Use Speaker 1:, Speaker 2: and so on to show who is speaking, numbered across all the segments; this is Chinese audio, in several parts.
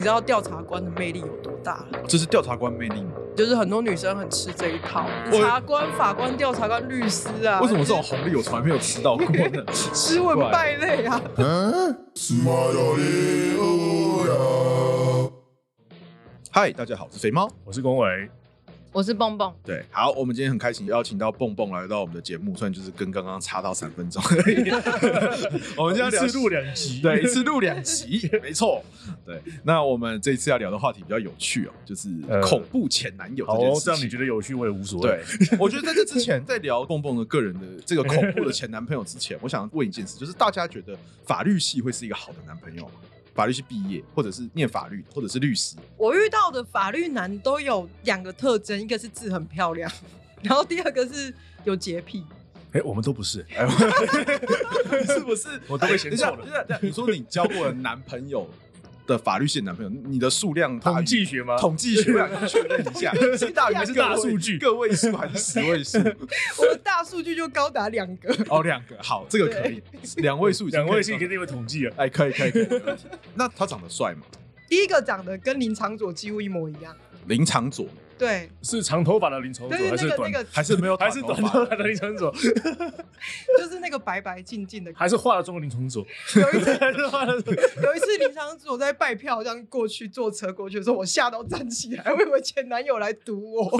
Speaker 1: 知道调查官的魅力有多大了。
Speaker 2: 这是调查官魅力吗？
Speaker 1: 就是很多女生很吃这一套，
Speaker 2: 我
Speaker 1: 察官、法官、调查官、律师啊，
Speaker 2: 为什么这种红利我从来没有吃到过呢？
Speaker 1: 斯文败类啊？
Speaker 2: 嗨，大家好，我是肥猫。
Speaker 3: 我是龚维，
Speaker 1: 我是蹦蹦，
Speaker 2: 对，好，我们今天很开心邀请到蹦蹦来到我们的节目，虽然就是跟刚刚差到三分钟 而已。我
Speaker 3: 我
Speaker 2: 们今天要聊
Speaker 3: 一次录两集，
Speaker 2: 对，一次录两集，没错。对，那我们这一次要聊的话题比较有趣哦，就是
Speaker 3: 呃
Speaker 2: 恐怖前男友
Speaker 3: 好
Speaker 2: 这件
Speaker 3: 哦，
Speaker 2: 事
Speaker 3: 这样
Speaker 2: 情
Speaker 3: 你觉得有趣，我也无所谓
Speaker 2: 对。，我觉得在这之前，在聊蹦蹦的个人的这个恐怖的前男朋友之前，我想问一件事，就是大家觉得法律系会是一个好的男朋友吗？法律系毕业，或者是念法律，或者是律师，
Speaker 1: 我遇到的法律男都有两个特征，一个是字很漂亮，然后第二个是有洁癖。
Speaker 3: 哎，我们都不是，
Speaker 2: 是不是？
Speaker 3: 我都会嫌
Speaker 2: 哎
Speaker 3: 错的
Speaker 2: 等一下等一下等一下你说你交过的男朋友的法律系男朋友，你的数量大于
Speaker 3: 统计学吗？
Speaker 2: 统计学啊，你确认一 下，是大于
Speaker 3: 还是大数据
Speaker 2: 个位数还是十位数？
Speaker 1: 我的大数据就高达两个，
Speaker 2: 哦，两个，好，这个可以，两位数已经可以
Speaker 3: 两
Speaker 2: 了，
Speaker 3: 位是肯定会统计啊。
Speaker 2: 哎，可以可以可以，没问题。那他长得帅吗？
Speaker 1: 第一个长得跟林长佐几乎一模一样，
Speaker 2: 林长佐
Speaker 1: 对，
Speaker 3: 是长头发的林长
Speaker 1: 但
Speaker 3: 佐
Speaker 1: 是
Speaker 3: 还是
Speaker 1: 那个
Speaker 3: 短
Speaker 1: 那？个
Speaker 2: 还是没有
Speaker 3: 还是短
Speaker 2: 头
Speaker 3: 头
Speaker 2: 发
Speaker 3: 发的林长佐，
Speaker 1: 就是那个白白净净的。
Speaker 3: 还是化了妆的林长佐？
Speaker 1: 有一次
Speaker 3: 还是化了妆
Speaker 1: 有一次林长佐在拜票，这样过去坐车过去的时候，我吓到站起来，我以为前男友来堵我。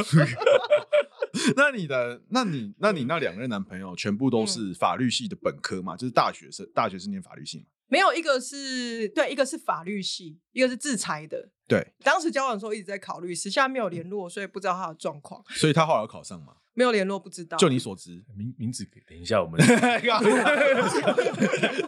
Speaker 2: 那你的，那你，那你那两任男朋友全部都是法律系的本科嘛？就是大学生，大学是念法律系嘛？
Speaker 1: 没有一个是对，一个是法律系，一个是制裁的。
Speaker 2: 对，
Speaker 1: 当时交往的时候一直在考虑，私下没有联络，所以不知道他的状况，
Speaker 2: 所以他后来有考上嘛？
Speaker 1: 没有联络不知道。
Speaker 2: 就你所知，
Speaker 3: 名名字给，等一下 我们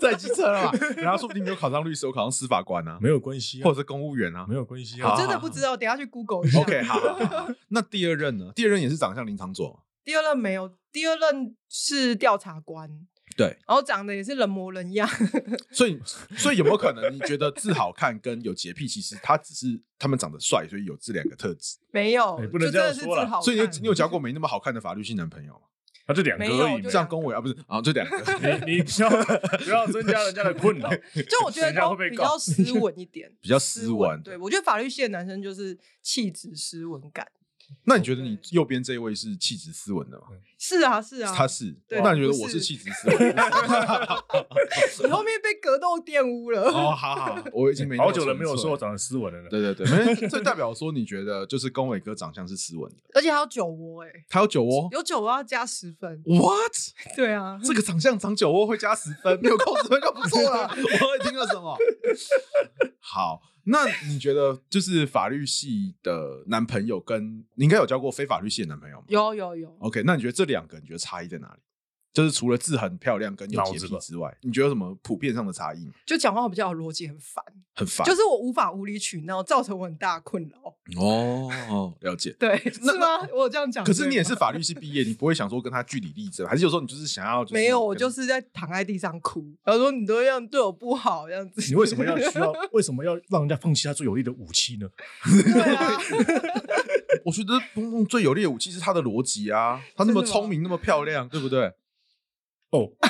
Speaker 2: 在机车了嘛？然后说不定你有考上律师，有考上司法官啊，
Speaker 3: 没有关系啊
Speaker 2: 或，者是公务员啊
Speaker 3: 没。有关系
Speaker 2: 好
Speaker 1: 我
Speaker 3: 啊。
Speaker 1: 真的不知道，等一下去 Google 一下。
Speaker 2: OK，好好好 好。那第二任呢？第二任也是长相林长佐嘛，
Speaker 1: 第二任没有，第二任是调查官，
Speaker 2: 对，
Speaker 1: 然后长得也是人模人样，
Speaker 2: 所以所以有没有可能你觉得字好看跟有洁癖，其实他只是他们长得帅，所以有这两个特质。
Speaker 1: 没有，
Speaker 3: 哎不
Speaker 1: 就真
Speaker 3: 能这样
Speaker 1: 的是
Speaker 3: 说
Speaker 1: 字
Speaker 3: 啦
Speaker 1: 好看。
Speaker 2: 所以你有你有交过没那么好看的法律系男朋友吗？
Speaker 3: 他就两个
Speaker 1: 没有
Speaker 3: 而
Speaker 1: 就
Speaker 3: 已嘛
Speaker 1: 对两。
Speaker 2: 像公伟啊，不是啊，这 两个。
Speaker 3: 你 你不要不要增加人家的困 扰。
Speaker 1: 就我觉得
Speaker 3: 等一下会
Speaker 1: 都
Speaker 3: 被
Speaker 1: 比
Speaker 3: 告
Speaker 1: 较斯文一点，
Speaker 2: 比较斯文
Speaker 1: 对，我觉得法律系的男生就是气质斯文感。
Speaker 2: 那你觉得你右边这一位是气质斯文的吗？
Speaker 1: 是啊，是啊，
Speaker 2: 他是，
Speaker 1: 对
Speaker 2: 那你觉得
Speaker 1: 不
Speaker 2: 我
Speaker 1: 是
Speaker 2: 是气质斯文的？
Speaker 1: 你后面被格斗玷污了。
Speaker 2: 哦，好好， 我已经没那么
Speaker 3: 好久了没有说我
Speaker 2: 纯
Speaker 3: 长得斯文了呢。
Speaker 2: 粹了。对 对对，没，这代表说你觉得就是龚伟哥长相是斯文的，
Speaker 1: 而且还有酒窝哎、
Speaker 2: 他有酒窝。
Speaker 1: 有酒窝要加十分。
Speaker 2: What？
Speaker 1: 对啊，
Speaker 2: 这个长相长酒窝会加十分，没有扣十分就不错 了。我会听了什么？好，那你觉得就是法律系的男朋友跟你应该有交过非法律系的男朋友吗
Speaker 1: 有有有，
Speaker 2: ？OK，那你觉得这两个你觉得差异在哪里？就是除了字很漂亮跟有洁
Speaker 3: 脑子
Speaker 2: 癖
Speaker 3: 吧
Speaker 2: 之外，你觉得有什么普遍上的差异吗？
Speaker 1: 就讲话比较有逻辑，很烦，
Speaker 2: 很烦，
Speaker 1: 就是我无法无理取闹，造成我很大的困扰。
Speaker 2: 哦，了解。
Speaker 1: 对，是吗？我有这样讲对
Speaker 2: 可
Speaker 1: 吗？
Speaker 2: 是你也是法律系毕业，你不会想说跟他据理力争，还是有时候你就是想要、
Speaker 1: 没有，我就是是在躺在地上哭，然后说你都这样对我不好，这样子。
Speaker 3: 你为什么要 需要？为什么要让人家放弃他最有力的武器呢？
Speaker 1: 对啊，
Speaker 2: 跟我觉得蹦蹦最有力的武器是他的逻辑啊，他那么
Speaker 1: 真的吗
Speaker 2: 聪明，那么漂亮，对 不对？
Speaker 3: 哦，
Speaker 1: 啊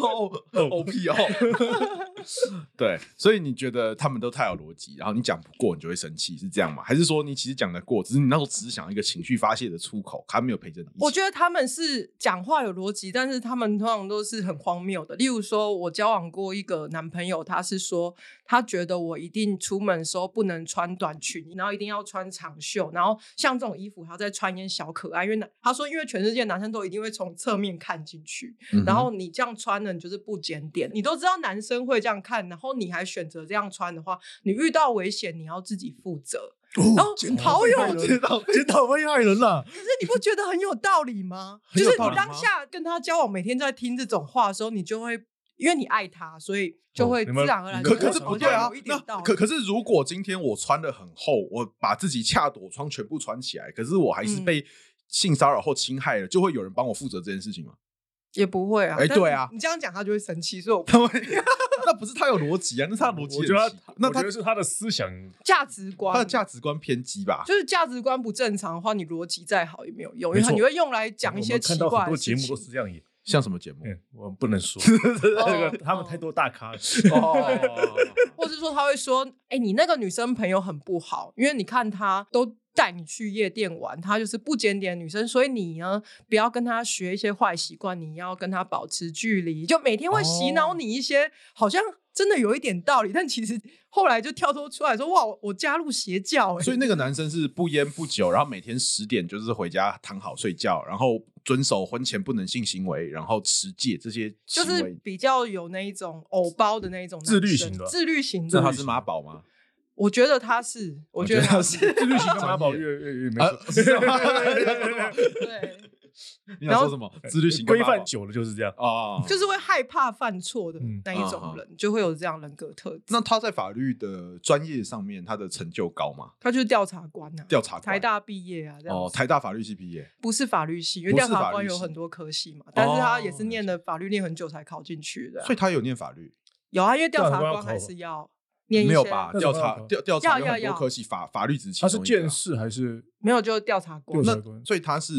Speaker 2: 哦
Speaker 3: 哦
Speaker 2: 哦屁哦， 对，所以你觉得他们都太有逻辑，然后你讲不过，你就会生气，是这样吗？还是说你其实讲得过，只是你那时候只是想要一个情绪发泄的出口，他没有陪着你一起？
Speaker 1: 我觉得他们是讲话有逻辑，但是他们通常都是很荒谬的。例如说，我交往过一个男朋友，他是说他觉得我一定出门的时候不能穿短裙，然后一定要穿长袖，然后像这种衣服还要再穿一件小可爱，因为男他说因为全世界男生都一定会从侧面看进去，
Speaker 2: 嗯哼
Speaker 1: 然后你这样穿呢，你就是不检点。你都知道男生会这样看，然后你还选择这样穿的话，你遇到危险你要自己负责。
Speaker 2: 哦
Speaker 1: 然后好有
Speaker 3: 检讨检讨被害人啦！
Speaker 1: 可是你不觉得很有道理吗？
Speaker 2: 很
Speaker 1: 就
Speaker 2: 有
Speaker 1: 是
Speaker 2: 道
Speaker 1: 你
Speaker 2: 理
Speaker 1: 当
Speaker 2: 吗
Speaker 1: 下跟他交往，每天在听这种话的时候，你就会因为你爱他，所以就
Speaker 3: 哦
Speaker 1: 会
Speaker 3: 你
Speaker 1: 自
Speaker 3: 们
Speaker 1: 然而然
Speaker 3: 你
Speaker 1: 地
Speaker 2: 可
Speaker 1: 觉得。
Speaker 3: 们
Speaker 2: 可是不对啊
Speaker 1: 有一，点道
Speaker 2: 那
Speaker 1: 理
Speaker 2: 可可是如果今天我穿的很厚，我把自己恰朵窗全部穿起来，可是我还是
Speaker 1: 嗯
Speaker 2: 被性骚扰后侵害了，就会有人帮我负责这件事 情吗？
Speaker 1: 也不会啊。
Speaker 2: 哎
Speaker 1: 但是
Speaker 2: 对啊
Speaker 1: 你这样讲他就会生气，所以我
Speaker 2: 他会， 那不是他有逻辑啊，那是他的逻辑
Speaker 3: 我
Speaker 2: 很
Speaker 3: 觉
Speaker 2: 奇
Speaker 3: 得
Speaker 2: 怪
Speaker 3: 他，，
Speaker 2: 那
Speaker 3: 我
Speaker 2: 他
Speaker 3: 觉得是他的思想，
Speaker 1: 价值观
Speaker 2: 他的价值观偏激吧？
Speaker 1: 就是价值观不正常的话，你逻辑再好也没有用，
Speaker 3: 没
Speaker 1: 因为
Speaker 3: 错
Speaker 1: 你会用来讲一
Speaker 3: 我
Speaker 1: 些
Speaker 3: 们
Speaker 1: 奇
Speaker 3: 看到很
Speaker 1: 怪的
Speaker 3: 多节
Speaker 1: 事
Speaker 3: 目都
Speaker 1: 情。
Speaker 3: 是这样演。
Speaker 2: 像什么节目？
Speaker 3: 嗯，我不能说，
Speaker 1: 哦
Speaker 3: 这个他们太多大咖了。
Speaker 2: 哦，
Speaker 1: 或是说他会说：“哎、你那个女生朋友很不好，因为你看她都带你去夜店玩，她就是不检点的女生，所以你呢不要跟她学一些坏习惯，你要跟她保持距离，就每天会洗
Speaker 2: 哦
Speaker 1: 脑你一些、好像真的有一点道理，但其实后来就跳脱出来说：哇，我我加入邪教、欸，
Speaker 2: 所以那个男生是不烟不酒，然后每天十点就是回家躺好睡觉，然后遵守婚前不能性行为，然后持戒这些
Speaker 1: 就
Speaker 2: 行为。
Speaker 1: 是比较有那一种偶包的那一种男
Speaker 3: 自律
Speaker 1: 生
Speaker 3: 型的
Speaker 1: 自律型
Speaker 2: 这他
Speaker 1: 的，
Speaker 2: 是妈宝吗？哦
Speaker 1: 我觉得他是，我觉得他
Speaker 2: 他
Speaker 1: 是，
Speaker 2: 自律
Speaker 3: 干嘛宝越越越没
Speaker 2: 啊
Speaker 3: 错，
Speaker 2: 是吗
Speaker 1: 对。”
Speaker 2: 你想说什么？自律型跟
Speaker 3: 规
Speaker 2: 妈宝
Speaker 3: 范久了就是这样。
Speaker 2: 哦，
Speaker 1: 就是会害怕犯错的
Speaker 3: 嗯
Speaker 1: 那一种人，就会有这样人格特质。
Speaker 2: 那他在法律的专业上面，他的成就高吗？
Speaker 1: 他就是调查官啊，
Speaker 2: 调查官
Speaker 1: 台大毕业啊，这样
Speaker 2: 哦，
Speaker 1: 子
Speaker 2: 台大法律系毕业
Speaker 1: 不是法律系，因为
Speaker 2: 不
Speaker 1: 调
Speaker 2: 是
Speaker 1: 查
Speaker 2: 法
Speaker 1: 官
Speaker 2: 律
Speaker 1: 有
Speaker 2: 系
Speaker 1: 很多科系嘛，但是他也是念的法律念很久才考进去的啊
Speaker 2: 哦所。以他有念法律
Speaker 1: 有啊，因为调查
Speaker 3: 调查官
Speaker 1: 官
Speaker 3: 要
Speaker 1: 还
Speaker 3: 考
Speaker 1: 是要念一
Speaker 2: 没有
Speaker 1: 些
Speaker 2: 吧？
Speaker 1: 啊
Speaker 3: 那
Speaker 2: 调
Speaker 3: 怎么
Speaker 2: 查
Speaker 3: 办
Speaker 2: 调调
Speaker 1: 要
Speaker 2: 查有很
Speaker 1: 要
Speaker 2: 多
Speaker 1: 要
Speaker 2: 科系，法法律只是其
Speaker 3: 他是
Speaker 2: 中一个啊
Speaker 3: 见识还是
Speaker 1: 没有就是调查官啊
Speaker 3: 调。查
Speaker 2: 那
Speaker 3: 官
Speaker 2: 所以他是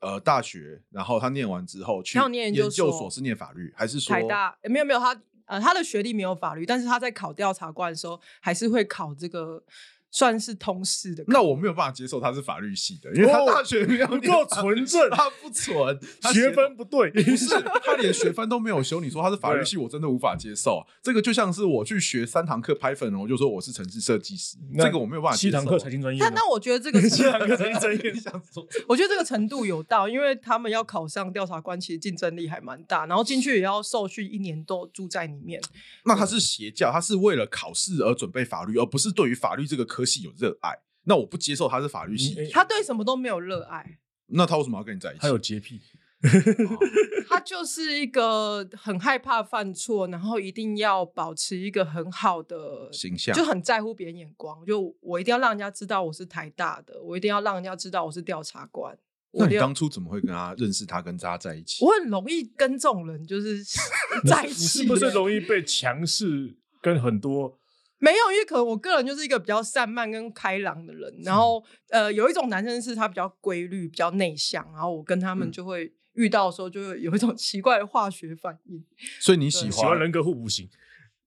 Speaker 2: 呃大学，然后他念完之后去
Speaker 1: 他有念研究
Speaker 2: 究
Speaker 1: 所
Speaker 2: 所是念法律，还是说
Speaker 1: 台大诶没有没有他呃他的学历没有法律，但是他在考调查官的时候还是会考这个算是通识的。
Speaker 2: 那我没有办法接受他是法律系的，因为他
Speaker 3: 哦
Speaker 2: 大学没有
Speaker 3: 不
Speaker 2: 念
Speaker 3: 够纯正，
Speaker 2: 他不纯，他
Speaker 3: 学分不对。
Speaker 2: 不 是他连学分都没有修。你说他是法律系，我真的无法接受。啊这个就像是我去学三堂课 Python，我就说我是城市设计师，
Speaker 3: 那
Speaker 2: 这个我没有办法
Speaker 3: 七
Speaker 2: 接受。啊
Speaker 3: 堂课财经专业
Speaker 1: 但
Speaker 3: 呢，
Speaker 1: 那我觉得这个
Speaker 3: 七堂课财经专业，
Speaker 1: 我觉得这个程度有到，因为他们要考上调查官，其实竞争力还蛮大，然后进去也要受训一年多，住在里面。
Speaker 2: 那他是邪教，他是为了考试而准备法律，而不是对于法律这个科系有热爱。那我不接受他是法律系，
Speaker 3: 嗯哎
Speaker 1: 他对什么都没有热爱，
Speaker 2: 那他为什么要跟你在一起？
Speaker 3: 他有洁癖，
Speaker 2: 哦
Speaker 1: 他就是一个很害怕犯错，然后一定要保持一个很好的
Speaker 2: 形象
Speaker 1: 就很在乎别人眼光。就我一定要让人家知道我是台大的，我一定要让人家知道我是调查官。
Speaker 2: 那
Speaker 1: 我
Speaker 2: 你
Speaker 1: 就
Speaker 2: 当初怎么会跟他认识他，跟他在一起？
Speaker 1: 我很容易跟这种人就是 在一
Speaker 3: 你
Speaker 1: 起，
Speaker 3: 是不是容易被强势跟很多
Speaker 1: 没有，因为可能我个人就是一个比较散漫跟开朗的人，然后呃，有一种男生是他比较规律、比较内向，然后我跟他们就会遇到的时候，就会有一种 奇怪的化学反应。
Speaker 2: 所以你喜
Speaker 3: 喜欢
Speaker 2: 欢
Speaker 3: 人格互补型？，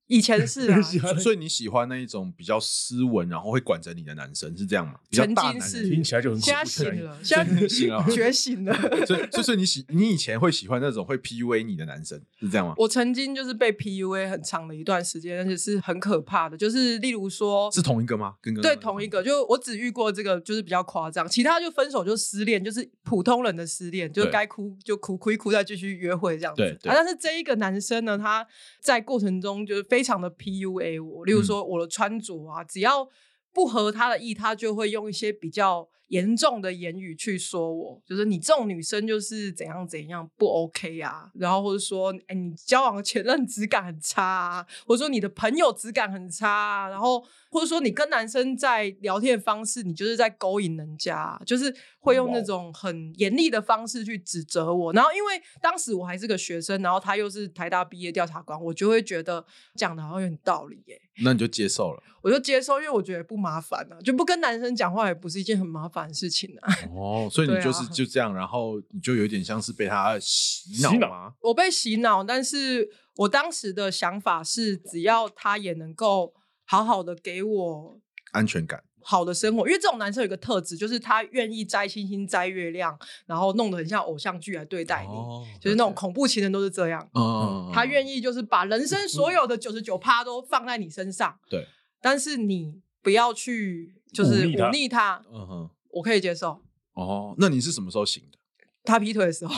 Speaker 1: 以前是啊
Speaker 3: 喜欢
Speaker 2: 所以你喜欢那一种比较斯文，然后会管着你的男生，是这样吗？比较大男人
Speaker 1: 曾经是
Speaker 3: 听起来就很
Speaker 1: 现在
Speaker 3: 恐怖
Speaker 1: 醒了，现在
Speaker 2: 醒了
Speaker 1: 觉醒了。
Speaker 2: 所以所以所以你喜你以前会喜欢那种会 PUA 你的男生，是这样吗？
Speaker 1: 我曾经就是被 PUA 很长的一段时间，而且是很可怕的，就是例如说。
Speaker 2: 是同一个吗？跟刚刚
Speaker 1: 对，
Speaker 2: 那
Speaker 1: 同一个，就我只遇过这个，就是比较夸张，其他就分手就失恋，就是普通人的失恋，就
Speaker 2: 对
Speaker 1: 该哭就哭，哭一哭再继续约会这样子。
Speaker 2: 对对
Speaker 1: 啊，但是这一个男生呢，他在过程中就是非常的 PUA 我，例如说我的穿着啊，只要不合他的意，他就会用一些比较严重的言语去说我，就是你这种女生就是怎样怎样不 OK 啊，然后或者说，哎，你交往的前任质感很差啊，或者说你的朋友质感很差啊，然后或者说你跟男生在聊天的方式，你就是在勾引人家啊，就是会用那
Speaker 2: 哇哦
Speaker 1: 种。用很严厉的方式去指责我。然后因为当时我还是个学生，然后他又是台大毕业调查官，我就会觉得讲的好像有点道理耶、
Speaker 2: 那你就接受了
Speaker 1: 我就接受，因为我觉得不麻烦啊，就不跟男生讲话也不是一件很麻烦的事情啊。
Speaker 2: 哦，所以
Speaker 1: 对
Speaker 2: 你
Speaker 1: 啊
Speaker 2: 就是就这样，然后你就有点像是被他洗脑
Speaker 3: 洗脑
Speaker 2: 吗？
Speaker 1: 我被洗脑，但是我当时的想法是，只要他也能够好好的给我
Speaker 2: 安全感，
Speaker 1: 好的生活，因为这种男生有一个特质，就是他愿意摘星星、摘月亮，然后弄得很像偶像剧来对待你，
Speaker 2: 哦
Speaker 1: 就是那种恐怖情人都是这样。
Speaker 2: 嗯，
Speaker 1: 他愿
Speaker 2: 意
Speaker 1: 意就是把人生所有的九十九趴都放在你身上，
Speaker 2: 嗯对，
Speaker 1: 但是你不要去就是
Speaker 3: 忤逆他
Speaker 1: 忤逆他，
Speaker 2: 嗯哼，
Speaker 1: 我可以接受。
Speaker 2: 哦，那你是什么时候醒的？
Speaker 1: 他劈腿的时候，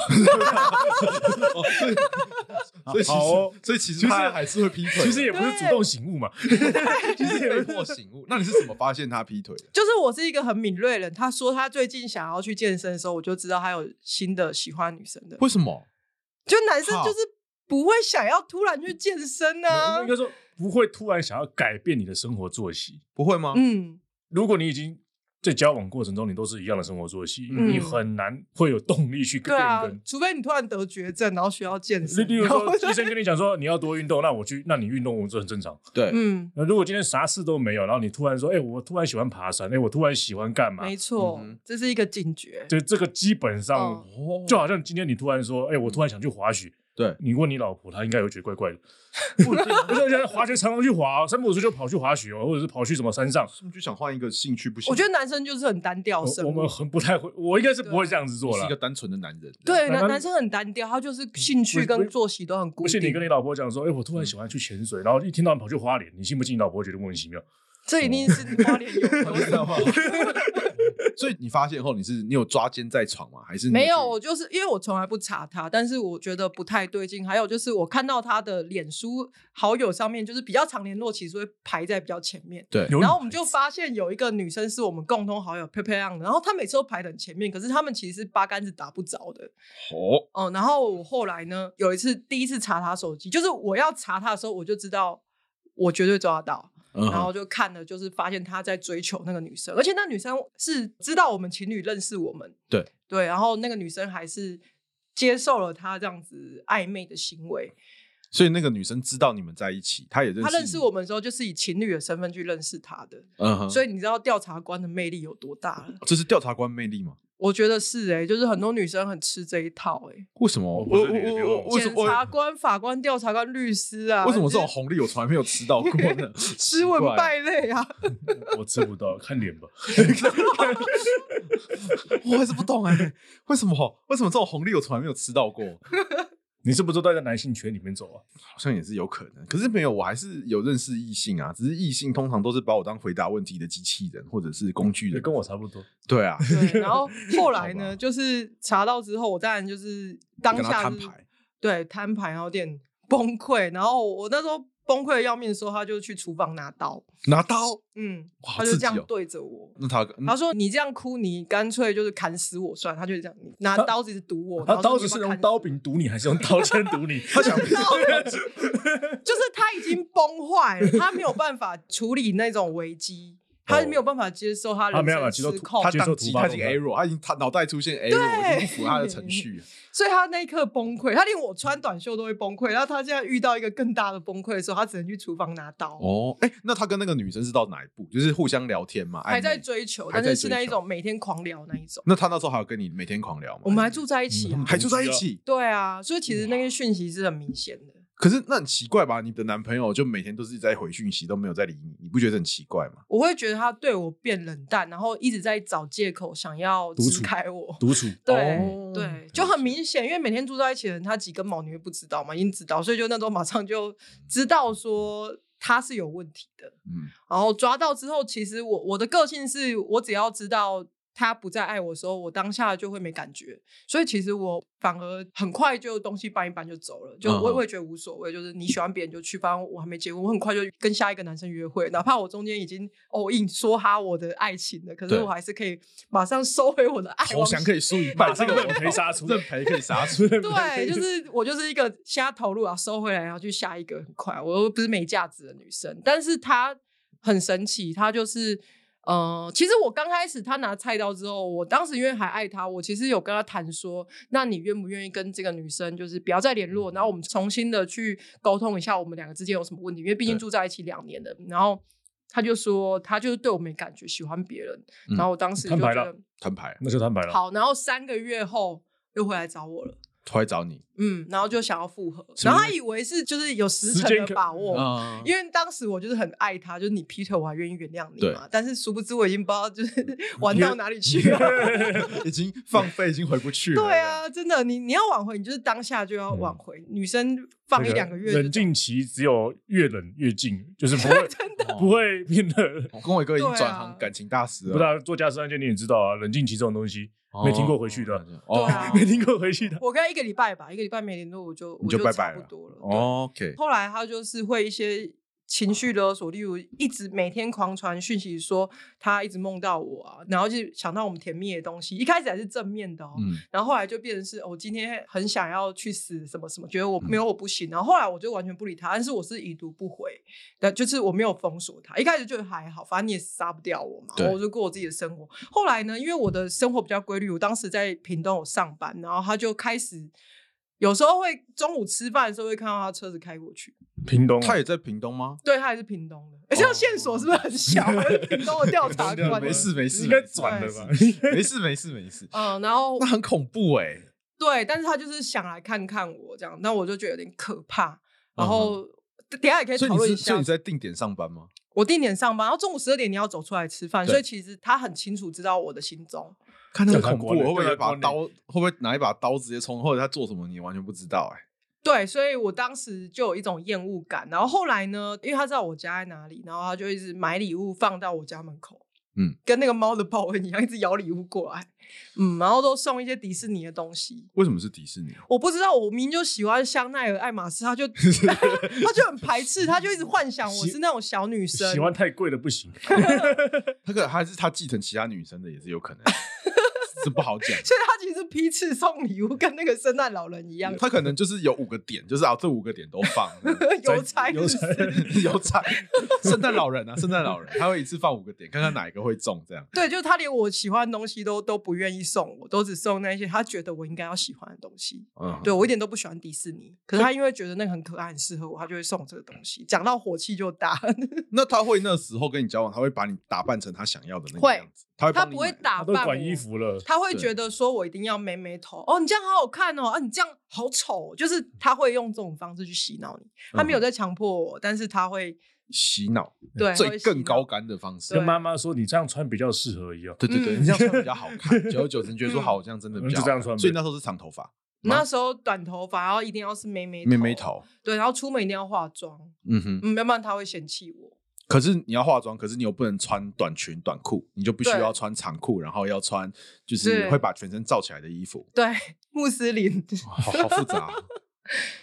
Speaker 2: 所以其实
Speaker 3: 好哦
Speaker 2: 所以其
Speaker 3: 其
Speaker 2: 实
Speaker 3: 实
Speaker 2: 他还是会劈腿的，
Speaker 3: 其实也不是主动醒悟嘛，
Speaker 2: 其实也被迫醒悟。那你是怎么发现他劈腿的？
Speaker 1: 就是我是一个很敏锐的人。他说他最近想要去健身的时候，我就知道他有新的喜欢女生的。
Speaker 2: 为什么？
Speaker 1: 就男生就是不会想要突然去健身啊
Speaker 3: 应，该说不会突然想要改变你的生活作息。
Speaker 2: 不会吗？
Speaker 1: 嗯，
Speaker 3: 如果你已经在交往过程中，你都是一样的生活作息，
Speaker 2: 嗯
Speaker 3: 你很难会有动力去
Speaker 1: 对
Speaker 3: 变
Speaker 1: 啊
Speaker 3: 更。，
Speaker 1: 除非你突然得绝症，然后需要健
Speaker 3: 例
Speaker 1: 身
Speaker 3: 例。如
Speaker 1: 然后
Speaker 3: 说，医生跟你讲说你要多运动，那我去，那你运动这很正常。
Speaker 2: 对，
Speaker 1: 嗯，
Speaker 3: 那如果今天啥事都没有，然后你突然说，哎、我突然喜欢爬山，哎、我突然喜欢干嘛？
Speaker 1: 没错
Speaker 2: 嗯哼，
Speaker 1: 这是一个警觉。
Speaker 3: 就这个基本上
Speaker 1: 嗯
Speaker 2: 哦
Speaker 3: 就好像今天你突然说，哎、我突然想去滑雪。
Speaker 2: 对
Speaker 3: 你问你老婆，她应该有觉得怪怪的。不一定，不是现在滑雪常常去滑哦，三不五时就跑去滑雪哦，或者是跑去什么山上。
Speaker 2: 是不是就想换一个兴趣不行？
Speaker 1: 我觉得男生就是很单调
Speaker 3: 我
Speaker 1: 生
Speaker 3: 我们
Speaker 1: 物，
Speaker 3: 很不太会，我应该是
Speaker 1: 啊
Speaker 3: 不会这样子
Speaker 2: 你
Speaker 3: 做
Speaker 2: 是
Speaker 3: 了
Speaker 2: 一个。单纯的男人。
Speaker 1: 对男
Speaker 3: 男生
Speaker 1: 男生很单调，他就是兴趣
Speaker 3: 嗯不
Speaker 1: 跟
Speaker 3: 不
Speaker 1: 作息都很固
Speaker 3: 不信你跟
Speaker 1: 定。
Speaker 3: 你老婆讲说，哎、我突然喜欢去潜水，然后一天到晚跑去花莲，你信不信？你老婆会觉得莫名其妙。
Speaker 1: 这一定是你花莲有
Speaker 2: 我知道吗所以你发现后，你是你有抓奸在床吗？还是你
Speaker 1: 没有，
Speaker 2: 去
Speaker 1: 我就是因为我从来不查他，但是我觉得不太对劲。还有就是我看到他的脸书好友上面，就是比较常联络，其实会排在比较前面。
Speaker 2: 对
Speaker 3: 有
Speaker 1: 嗯然后我们就发现有一个女生是我们共同好友漂漂亮的，然后她每次都排得很前面，可是他们其实是八竿子打不着的。
Speaker 2: 哦，
Speaker 1: 哦、然后我后来呢，有一次第一次查她手机，就是我要查她的时候，我就知道我绝对抓得到。
Speaker 2: 嗯
Speaker 1: 然后
Speaker 2: 哼，
Speaker 1: 就看了，就是发现他在追求那个女生，而且那女生是知道我们情侣认识我们，
Speaker 2: 对
Speaker 1: 对，然后那个女生还是接受了他这样子暧昧的行为。
Speaker 2: 所以那个女生知道你们在一起，她也认识
Speaker 1: 他认识
Speaker 2: 你
Speaker 1: 我，们的时候，就是以情侣的身份去认识他的，
Speaker 2: 嗯哼，
Speaker 1: 所
Speaker 2: 以
Speaker 1: 以你知道调查官的魅力有多大了？
Speaker 2: 这是调查官魅力吗？
Speaker 1: 我觉得是哎、就是很多女生很吃这一套哎、
Speaker 2: 为什么？
Speaker 3: 我
Speaker 2: 我
Speaker 3: 不
Speaker 2: 我
Speaker 3: 是你别问
Speaker 2: 我
Speaker 3: 我
Speaker 2: 为什
Speaker 1: 检
Speaker 2: 么？
Speaker 1: 察官、法官、调查官、律师啊，
Speaker 2: 为什么这种
Speaker 1: 就是
Speaker 2: 红利我从来没有吃到过呢？
Speaker 1: 斯
Speaker 2: 奇
Speaker 1: 文
Speaker 2: 怪
Speaker 1: 败类 啊？
Speaker 3: 我吃不到， 看脸吧。
Speaker 2: 我还是不懂哎、为什么？为什么这种红利我从来没有吃到过？
Speaker 3: 你是不是都在男性圈里面走啊？
Speaker 2: 好像也是有可能，可是没有，我还是有认识异性啊，只是异性通常都是把我当回答问题的机器人或者是工具
Speaker 3: 也
Speaker 2: 人。
Speaker 3: 跟我差不多。
Speaker 2: 对啊，
Speaker 1: 对，然 后后来
Speaker 2: 好吧
Speaker 1: 呢，就是查到之后，我当然就是当
Speaker 2: 跟他
Speaker 1: 下
Speaker 2: 摊
Speaker 1: 就是
Speaker 2: 牌，
Speaker 1: 对摊牌，然后有点 崩溃。然后我那时候崩溃的要命的时候，他就去厨房拿刀，
Speaker 2: 拿刀，
Speaker 1: 嗯，
Speaker 2: 哇好
Speaker 1: 他就
Speaker 2: 刺
Speaker 1: 这样
Speaker 2: 激哦
Speaker 1: 对着我。
Speaker 2: 那他嗯
Speaker 1: 他说：“你这样哭，你干脆就是砍死我算。”了。”他就这样拿
Speaker 3: 他
Speaker 1: 刀子一直堵我，然
Speaker 3: 他
Speaker 1: 后
Speaker 3: 刀
Speaker 1: 说
Speaker 3: 子是
Speaker 1: 你要不要
Speaker 3: 用
Speaker 1: 砍死
Speaker 3: 刀
Speaker 1: 我
Speaker 3: 柄堵你，还是用刀尖堵你？他想，
Speaker 1: 就是他已经崩坏了，他没有办法处理那种危机，他没有
Speaker 2: 哦
Speaker 1: 办法接受
Speaker 2: 啊
Speaker 1: 他
Speaker 3: 他
Speaker 1: 人
Speaker 3: 没有
Speaker 1: 生
Speaker 3: 办法接受
Speaker 1: 失
Speaker 3: 突
Speaker 1: 控
Speaker 2: 他，
Speaker 3: 接
Speaker 2: 宕
Speaker 3: 受
Speaker 2: 机，
Speaker 3: 突
Speaker 2: 他
Speaker 3: 发
Speaker 2: 已经
Speaker 3: 状态
Speaker 2: error，他已经他脑袋出现 error，已经不符合他的程序。
Speaker 1: 所以他那一刻崩溃，他连我穿短袖都会崩溃。然后他现在遇到一个更大的崩溃的时候，他只能去厨房拿刀。
Speaker 2: 哦，哎、那他跟那个女生是到哪一步？就是互相聊天嘛，暧
Speaker 1: 还在
Speaker 2: 昧。
Speaker 1: 追求，
Speaker 2: 还
Speaker 1: 但
Speaker 2: 在
Speaker 1: 是是那
Speaker 2: 追
Speaker 1: 一
Speaker 2: 求
Speaker 1: 种每天狂聊那一种。
Speaker 2: 那他那时候还有跟你每天狂聊吗？
Speaker 1: 我们还住在一起啊
Speaker 3: 嗯，
Speaker 2: 还住在一起，
Speaker 1: 对啊，所以其实那些讯息是很明显的。
Speaker 2: 可是那很奇怪吧？你的男朋友就每天都是在回讯息，都没有在理你，你不觉得很奇怪吗？
Speaker 1: 我会觉得他对我变冷淡，然后一直在找借口想要
Speaker 3: 独处嗯
Speaker 1: 支开我。
Speaker 3: 独处。
Speaker 1: 对、
Speaker 2: 哦
Speaker 1: 对，就很明显，因为每天住在一起的人，他几根毛你会不知道嘛，已经知道，所以就那时候马上就知道说他是有问题的。
Speaker 2: 嗯，
Speaker 1: 然后抓到之后，其实我我的个性是我只要知道他不再爱我的时候，我当下就会没感觉，所以其实我反而很快就东西搬一搬就走了，就
Speaker 2: 嗯
Speaker 1: 我我也觉得无所谓，就是你喜欢别人就去，反正我还没结婚，我很快就跟下一个男生约会，哪怕我中间已经哦硬说哈我的爱情了，可是
Speaker 2: 对
Speaker 1: 我还是可以马上收回我的爱
Speaker 2: 投
Speaker 1: 往
Speaker 2: 降可以输一
Speaker 3: 把
Speaker 2: 半，
Speaker 3: 这
Speaker 2: 这
Speaker 3: 个
Speaker 2: 个
Speaker 3: 我可以杀出，
Speaker 2: 认赔可以杀出。
Speaker 1: 对，就是我就是一个瞎投入啊，收回来然后去下一个很快，我又不是没价值的女生，但是她很神奇，她就是。呃，其实我刚开始她拿菜刀之后，我当时因为还爱她，我其实有跟她谈说，那你愿不愿意跟这个女生就是不要再联络，然后我们重新的去沟通一下我们两个之间有什么问题，因为毕竟
Speaker 2: 对
Speaker 1: 住在一起两年了。然后她就说，她就是对我没感觉，喜欢别人。
Speaker 2: 嗯
Speaker 1: 然后我当时就
Speaker 3: 摊牌
Speaker 1: 觉
Speaker 3: 了
Speaker 1: 得
Speaker 2: 摊牌，啊
Speaker 3: 那就摊牌了。
Speaker 1: 好，然后三个月后又回来找我了。
Speaker 2: 他来找你
Speaker 1: 嗯，然后就想要复合，
Speaker 2: 是
Speaker 1: 然后
Speaker 2: 不
Speaker 1: 他以为是就是有十成
Speaker 3: 时间
Speaker 1: 的
Speaker 3: 可
Speaker 1: 把握，
Speaker 2: 啊
Speaker 1: 哦因为当时我就是很爱他，就是你劈腿我还愿意原谅你
Speaker 2: 对
Speaker 1: 嘛，但是殊不知我已经不知道就是 玩到哪里去了。
Speaker 2: 为 已经放飞，已经回不去了。
Speaker 1: 对，啊，真的，你你要挽回，你就是当下就要挽回。女生放一两个月就
Speaker 3: 冷静期只有越冷越近，就是不 会不会变得。
Speaker 2: 哦我跟我哥已经
Speaker 1: 对啊
Speaker 2: 转行感情大师
Speaker 3: 不
Speaker 2: 了，
Speaker 3: 知道做家事案件你也知道啊，冷静期这种东西没听过回去
Speaker 2: 哦
Speaker 3: 的，
Speaker 1: 对 啊
Speaker 3: 没听过回去的。
Speaker 1: 我跟他一个礼拜吧，一个礼拜没联络，我就
Speaker 2: 你
Speaker 1: 我
Speaker 2: 就拜
Speaker 1: 差
Speaker 2: 拜
Speaker 1: 不
Speaker 2: 了
Speaker 1: 多了。对
Speaker 2: 哦 OK，
Speaker 1: 后来他就是会一些情绪勒索，例如一直每天狂传讯息说他一直梦到我啊，然后就想到我们甜蜜的东西，一开始还是正面的哦，
Speaker 2: 嗯，
Speaker 1: 然后后来就变成是我、哦今天很想要去死什么什么，觉得我
Speaker 2: 嗯
Speaker 1: 没有我不行。然后后来我就完全不理他，但是我是已读不回，但就是我没有封锁他。一开始就还好，反正你也杀不掉我嘛，
Speaker 2: 对
Speaker 1: 我就过我自己的生活。后来呢，因为我的生活比较规律，我当时在屏东有上班，然后他就开始有时候会中午吃饭的时候会看到他车子开过去，
Speaker 3: 屏东啊
Speaker 2: 他也在屏东吗？
Speaker 1: 对他也是屏东的，而且、这样线索是不是很小？我是屏东的 调查
Speaker 3: 屏东调查
Speaker 1: 官，
Speaker 3: 官
Speaker 2: 哦没事没事，
Speaker 3: 应该转了吧？
Speaker 2: 没事没事没事，
Speaker 1: 嗯，然后
Speaker 2: 那很恐怖哎、
Speaker 1: 对，但是他就是想来看看我这样，那我就觉得有点可怕。然
Speaker 2: 嗯哼
Speaker 1: 后、等一下也可以
Speaker 2: 所以
Speaker 1: 讨
Speaker 2: 你
Speaker 1: 论一
Speaker 2: 是所以
Speaker 1: 下
Speaker 2: 你。在定点上班吗？
Speaker 1: 我定点上班，然后中午十二点你要走出来吃饭，
Speaker 2: 对
Speaker 1: 所以其实他很清楚知道我的行踪。
Speaker 2: 看那很
Speaker 3: 叫他
Speaker 2: 恐怖，欸啊会
Speaker 3: 关了
Speaker 2: 不会有一
Speaker 3: 叫他
Speaker 2: 把
Speaker 3: 关了
Speaker 2: 刀？会不会拿一把刀直接冲？或者他做什么你完全不知道、哎，
Speaker 1: 对，所以我当时就有一种厌恶感。然后后来呢，因为他知道我家在哪里，然后他就一直买礼物放到我家门口，
Speaker 2: 嗯，
Speaker 1: 跟那个猫的报恩一样，一直摇礼物过来，嗯，然后都送一些迪士尼的东西。
Speaker 2: 为什么是迪士尼？哦
Speaker 1: 我不知道，我明明就喜欢香奈儿、爱马仕，他就 他就很排斥，他就一直幻想我
Speaker 3: 喜
Speaker 1: 是那种小女生，
Speaker 3: 喜欢太贵的不行，
Speaker 2: 他可还是他继承其他女生的也是有可 能，这不好讲。
Speaker 1: 所以他其实批次送礼物跟那个圣诞老人一样，
Speaker 2: 他可能就是有五个点，就是啊，这五个点都放
Speaker 1: 邮差
Speaker 3: 邮
Speaker 1: 是
Speaker 3: 差
Speaker 1: 不是
Speaker 2: 有彩，圣诞老人啊，圣诞老人，他会一次放五个点，看看哪一个会中，这样
Speaker 1: 对，就是他连我喜欢的东西都都不愿意送我，都只送那些他觉得我应该要喜欢的东西。
Speaker 2: 嗯，
Speaker 1: 对我一点都不喜欢迪士尼，可是他因为觉得那个很可爱、很适合我，他就会送这个东西。讲到火气就大，
Speaker 2: 那他会那时候跟你交往，他会把你打扮成他想要的那个
Speaker 1: 会
Speaker 2: 样子，他会
Speaker 1: 他
Speaker 2: 帮你
Speaker 1: 不会
Speaker 2: 买
Speaker 1: 打
Speaker 3: 他都
Speaker 1: 扮
Speaker 3: 管衣
Speaker 1: 我
Speaker 3: 服了。
Speaker 1: 他会
Speaker 2: 对
Speaker 1: 觉得说我一定要妹妹头哦，你这样好好看哦，啊，你这样好丑哦，就是他会用这种方式去洗脑你。他没有在强迫我，但是他会
Speaker 2: 洗脑，
Speaker 1: 对他
Speaker 2: 最
Speaker 1: 会洗
Speaker 2: 更
Speaker 1: 脑
Speaker 2: 高干的方式
Speaker 1: 对
Speaker 3: 跟。妈妈说你这样穿比较适合一样，
Speaker 2: 对对对，
Speaker 1: 嗯
Speaker 2: 你这样穿比较好看， 久而久之你觉得说
Speaker 1: 嗯
Speaker 2: 好，这样真的比较好
Speaker 3: 就这样穿呗
Speaker 2: 所以那时候是长头发，
Speaker 1: 那时候短头发，然后一定要是妹妹
Speaker 2: 妹妹，头，
Speaker 1: 对，然后出门一定要化妆，
Speaker 2: 嗯哼。
Speaker 1: 嗯，要不然他会嫌弃我。
Speaker 2: 可是你要化妆，可是你又不能穿短裙短裤，你就必须
Speaker 1: 对
Speaker 2: 要穿长裤，然后要穿就
Speaker 1: 对
Speaker 2: 是会把全身罩起来的衣服，
Speaker 1: 对，穆斯林，
Speaker 2: 好好复杂啊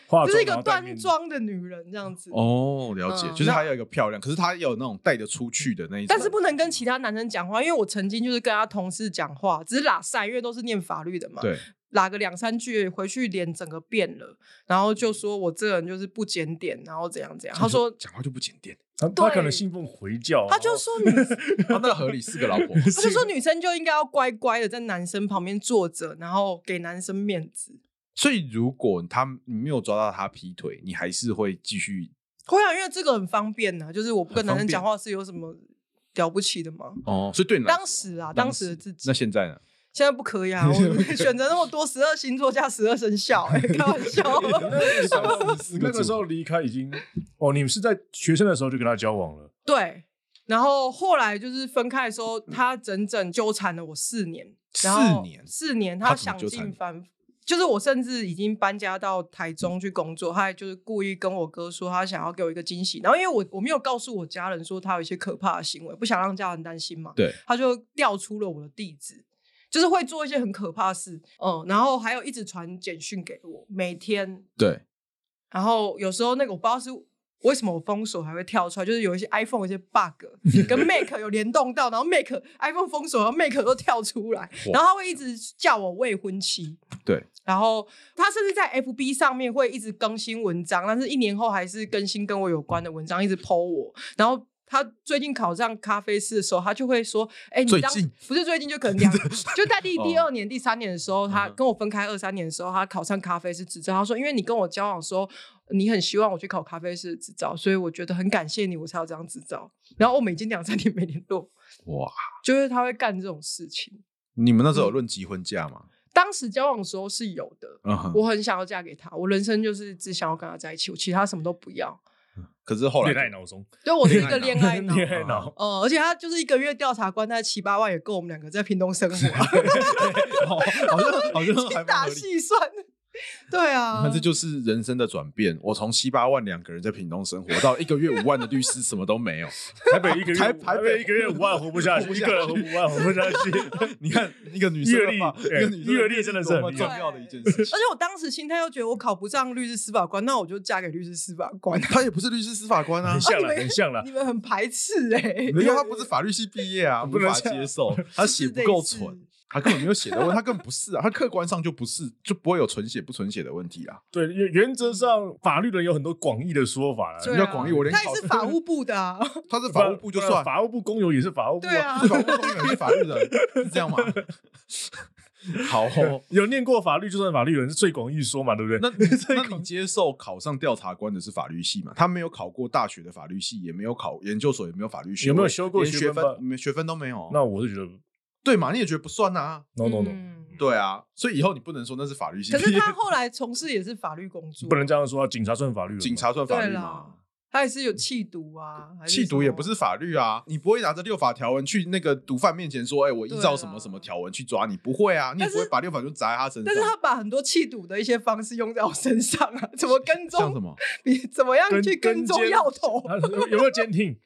Speaker 3: 化
Speaker 1: 就是
Speaker 3: 妆
Speaker 1: 一个
Speaker 3: 然后戴
Speaker 1: 端
Speaker 3: 面
Speaker 1: 庄的女人这样子。
Speaker 2: 哦，了解，
Speaker 1: 嗯
Speaker 2: 就是她要一个漂亮，可是她有那种带得出去的那一种，
Speaker 1: 但是不能跟其他男生讲话，因为我曾经就是跟他同事讲话，只是拉塞，因为都是念法律的嘛，
Speaker 2: 对，
Speaker 1: 拉个两三句，回去脸整个变了，然后就说我这个人就是不检点，然后怎样怎样。他说，
Speaker 2: 讲话嗯就不检点，
Speaker 3: 他他
Speaker 1: 对
Speaker 3: 可能信奉回教，哦
Speaker 1: 他就
Speaker 3: 然后
Speaker 1: 说女
Speaker 2: 啊，那合理四个老婆，
Speaker 1: 他就说女生就应该要乖乖的在男生旁边坐着，然后给男生面子。
Speaker 2: 所以如果他你没有抓到他劈腿，你还是会继续
Speaker 1: 会啊，因为这个很方便呐、就是我不跟
Speaker 2: 很方
Speaker 1: 男生讲
Speaker 2: 便
Speaker 1: 话是有什么了不起的吗？
Speaker 2: 哦，所以对你来
Speaker 1: 当时啊，当时的自己
Speaker 2: 那，现在呢？
Speaker 1: 现在不可以啊！ 我选择那么多十二星座加十二生肖、哎，开玩笑。
Speaker 3: 你那个时候离开已经哦，你们是在学生的时候就跟他交往了，
Speaker 1: 对，然后后来就是分开的时候，他整整纠缠了我四年，然
Speaker 2: 四
Speaker 1: 后
Speaker 2: 年
Speaker 1: 四年，
Speaker 2: 他
Speaker 1: 他
Speaker 2: 怎
Speaker 1: 想
Speaker 2: 么纠缠
Speaker 1: 尽
Speaker 2: 你
Speaker 1: 办法。就是我甚至已经搬家到台中去工作，他还就是故意跟我哥说他想要给我一个惊喜，然后因为我我没有告诉我家人说他有一些可怕的行为，不想让家人担心嘛，
Speaker 2: 对，
Speaker 1: 他就调出了我的地址，就是会做一些很可怕的事，嗯，然后还有一直传简讯给我，每天，
Speaker 2: 对，
Speaker 1: 然后有时候那个我不知道是为什么我封锁还会跳出来，就是有一些 iPhone 有一些 bug 跟 Mac 有联动到，然后 Mac iPhone 封锁，然后 Mac 都跳出来，然后他会一直叫我未婚妻。
Speaker 2: 对，
Speaker 1: 然后他甚至在 FB 上面会一直更新文章，但是一年后还是更新跟我有关的文章，一直 PO 我。然后他最近考上咖啡师的时候，他就会说：“哎，你
Speaker 2: 最
Speaker 1: 当
Speaker 2: 近
Speaker 1: 不是最近，就可能 两，就在第第
Speaker 2: 哦
Speaker 1: 二年、第三年的时候，
Speaker 2: 嗯
Speaker 1: 他跟我分开二三年的时候，他考上咖啡师执照。他说：因为你跟我交往的时候，你很希望我去考咖啡师执照，所以我觉得很感谢你，我才有这张执照。然后我们已经两三年没联络，
Speaker 2: 哇，
Speaker 1: 就是他会干这种事情。
Speaker 2: 你们那
Speaker 1: 嗯
Speaker 2: 时候有论及婚嫁吗？
Speaker 1: 当时交往的时候是有的，
Speaker 2: 嗯哼，
Speaker 1: 我很想要嫁给他，我人生就是只想要跟他在一起，我其他什么都不要。
Speaker 2: 可是后来
Speaker 3: 恋爱脑中，
Speaker 1: 对我是一个恋
Speaker 2: 恋
Speaker 1: 爱 脑。
Speaker 3: 恋爱脑，
Speaker 1: 呃，而且他就是一个月调查官，大概七八万也 够我们两个在屏东生活、啊，
Speaker 2: 哦好像好像还
Speaker 1: 精
Speaker 2: 蛮
Speaker 1: 打
Speaker 2: 合理。
Speaker 1: 细算。对啊
Speaker 2: 那，这就是人生的转变。我从七八万两个人在屏东生活，到一个月五万的律师，什么都没有。
Speaker 3: 台北一个月，
Speaker 2: 台台
Speaker 3: 台
Speaker 2: 北
Speaker 3: 北一个月五万活不下
Speaker 2: 活
Speaker 3: 去，
Speaker 2: 不
Speaker 3: 一
Speaker 2: 下
Speaker 3: 个人活
Speaker 2: 去
Speaker 3: 五万活不下 去。
Speaker 2: 你看一个女生的
Speaker 3: 阅历
Speaker 2: 话一个
Speaker 3: 哎
Speaker 2: 女生的
Speaker 3: 阅历真的是
Speaker 2: 多
Speaker 3: 很
Speaker 2: 么
Speaker 3: 厉
Speaker 2: 重
Speaker 3: 害
Speaker 2: 要的一件事
Speaker 1: 而
Speaker 2: 情。
Speaker 1: 且我当时心态又觉得我考不上律师司法官，那我就嫁给律师司法 官。
Speaker 2: 他也不是律师司法官啊哦
Speaker 3: 很，像
Speaker 1: 你
Speaker 3: 了，
Speaker 1: 们
Speaker 3: 很像了
Speaker 1: 你。们很排斥哎、
Speaker 2: 因为他不是法律系毕业啊，无
Speaker 3: 不能
Speaker 2: 法
Speaker 3: 这样
Speaker 2: 接受，他啊写不够
Speaker 1: 是类
Speaker 2: 纯
Speaker 1: 似，
Speaker 2: 他根本没有写的问题，他根本不是啊，他客观上就不是，就不会有纯写不纯写的问题啊。
Speaker 3: 对，原原则上法律人有很多广义的说法啦。
Speaker 1: 对
Speaker 2: 你
Speaker 1: 啊
Speaker 2: 要广义，我连
Speaker 1: 他
Speaker 2: 考
Speaker 1: 也是法务部的、 啊，
Speaker 2: 他是法务部就算，
Speaker 3: 法务部公有也是法务部
Speaker 1: 对啊
Speaker 2: 法务部也是法律人，是这样吗？ 好哦，
Speaker 3: 有念过法律就算法律人是最广义说嘛，对不对？
Speaker 2: 那 你那你接受考上调查官的是法律系嘛？他没有考过大学的法律系，也没有考研究所，也没有法律系，
Speaker 3: 有没有修过
Speaker 2: 连
Speaker 3: 学
Speaker 2: 学
Speaker 3: 分班
Speaker 2: 分？没学分都没有。
Speaker 3: 那我是觉得
Speaker 2: 对嘛？你也觉得不算啊？
Speaker 3: no no no，
Speaker 1: 嗯
Speaker 2: 对啊，所以以后你不能说那是法律系
Speaker 1: 可
Speaker 2: 毕业。
Speaker 1: 是他后来从事也是法律工作，
Speaker 3: 不能这样说啊，警察算法律人吗，
Speaker 2: 警 察算法
Speaker 1: 对
Speaker 2: 律
Speaker 1: 啦
Speaker 2: 吗？，
Speaker 1: 他也是有弃毒啊，还
Speaker 2: 弃毒
Speaker 1: 什
Speaker 2: 也
Speaker 1: 么
Speaker 2: 不是法律啊，你不会拿着六法条文去那个毒贩面前说，哎、我依照什么什么条文去抓你，不会啊，你也不会把六法就砸在他身
Speaker 1: 但。
Speaker 2: 上
Speaker 1: 是他把很多弃赌的一些方式用在我身上啊，怎么跟
Speaker 2: 像什
Speaker 1: 踪？
Speaker 2: 么？
Speaker 1: 你怎么样
Speaker 3: 跟
Speaker 1: 去
Speaker 3: 跟
Speaker 1: 跟踪
Speaker 3: 监
Speaker 1: 要头？
Speaker 3: 啊有有没有监听？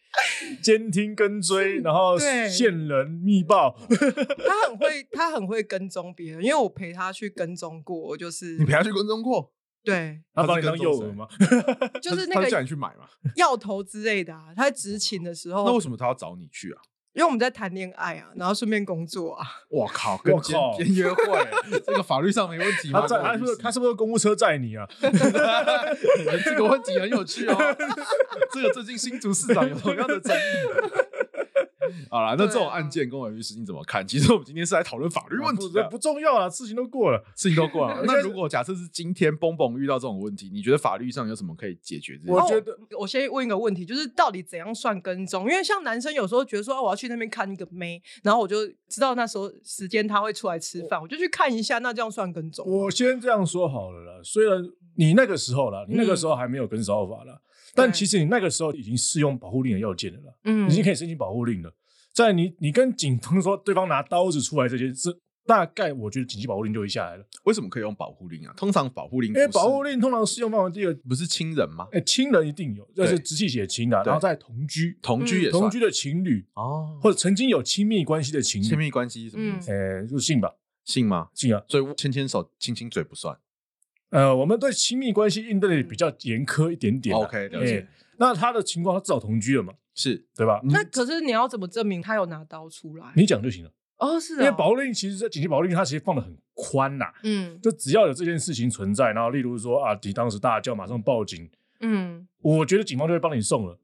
Speaker 3: 监听跟追，然后
Speaker 1: 对
Speaker 3: 线人密报，
Speaker 1: 他很会，他很会跟踪别人，因为我陪他去跟踪过，就是
Speaker 2: 你陪他去跟踪过，
Speaker 1: 对，
Speaker 3: 他把你当诱饵吗？
Speaker 1: 就是那
Speaker 2: 他叫
Speaker 1: 个
Speaker 2: 你去买嘛？
Speaker 1: 要头之类的啊。他在执勤的时候，
Speaker 2: 那为什么他要找你去啊？
Speaker 1: 因为我们在谈恋爱啊，然后顺便工作啊，
Speaker 2: 我靠，跟
Speaker 3: 我
Speaker 2: 监
Speaker 3: 靠
Speaker 2: 监 约会、这个法律上没问题吗？
Speaker 3: 他在
Speaker 2: 各位
Speaker 3: 他是不是
Speaker 2: 律师
Speaker 3: 他是不是公务车载你啊？
Speaker 2: 这个问题很有趣哦。 这个最近新竹市长有同样 的争议。好啦，那
Speaker 1: 啊
Speaker 2: 这种案件，公委律师你怎么看？其实我们今天是来讨论法律问题
Speaker 3: 不
Speaker 2: 的，
Speaker 3: 不重要啊，事情都过了。
Speaker 2: 事情都过 了。
Speaker 3: 应该
Speaker 2: 那
Speaker 3: 是
Speaker 2: 如果假设是今天蹦蹦遇到这种问题，你觉得法律上有什么可以解决这件
Speaker 3: 我
Speaker 2: 事？哦
Speaker 3: 觉得
Speaker 1: 我先问一个问题，就是到底怎样算跟踪？因为像男生有时候觉得说，啊、我要去那边看一个妹，然后我就知道那时候时间他会出来吃饭，我就去看一下，那这样算跟踪吗？
Speaker 3: 我先这样说好了啦，虽然你那个时候啦，你那个时候
Speaker 2: 嗯
Speaker 3: 还没有跟骚法啦，但其实你那个时候已经适用保护令的要件了啦，
Speaker 1: 嗯
Speaker 3: 已经可以申请保护令了。在你你跟警方说对方拿刀子出来这些事，大概我觉得紧急保护令就会下来了，
Speaker 2: 为什么可以用保护令啊？通常保护令嗯
Speaker 3: 因
Speaker 2: 不
Speaker 3: 为
Speaker 2: 是
Speaker 3: 保护令通常适用范围第一个，
Speaker 2: 不是亲人吗？
Speaker 3: 哎，亲人一定有，这
Speaker 2: 对
Speaker 3: 是直系血亲的，
Speaker 2: 对
Speaker 3: 然后再同居，
Speaker 2: 同居也算
Speaker 3: 嗯同居的情侣
Speaker 2: 哦，
Speaker 3: 或者曾经有亲密关系的情
Speaker 2: 亲
Speaker 3: 侣，
Speaker 2: 密关系是什么意思？
Speaker 3: 哎，就是性吧，
Speaker 2: 性吗？
Speaker 3: 性啊，
Speaker 2: 所以牵牵手、亲亲嘴不算。
Speaker 3: 呃，我们对亲密关系应对的比较严苛一点点啦。
Speaker 2: OK，了解
Speaker 3: 哎。那他的情况，他至少同居了嘛，
Speaker 2: 是
Speaker 3: 对吧？
Speaker 1: 那可是你要怎么证明他有拿刀出来？
Speaker 3: 嗯你讲就行了，
Speaker 1: 哦，是
Speaker 3: 因
Speaker 1: 哦
Speaker 3: 为保护令其实这紧急保护令它其实放的很宽呐、
Speaker 1: 嗯
Speaker 3: 就只要有这件事情存在，然后例如说啊，你当时大叫，马上报警，
Speaker 1: 嗯
Speaker 3: 我觉得警方就会帮你送了。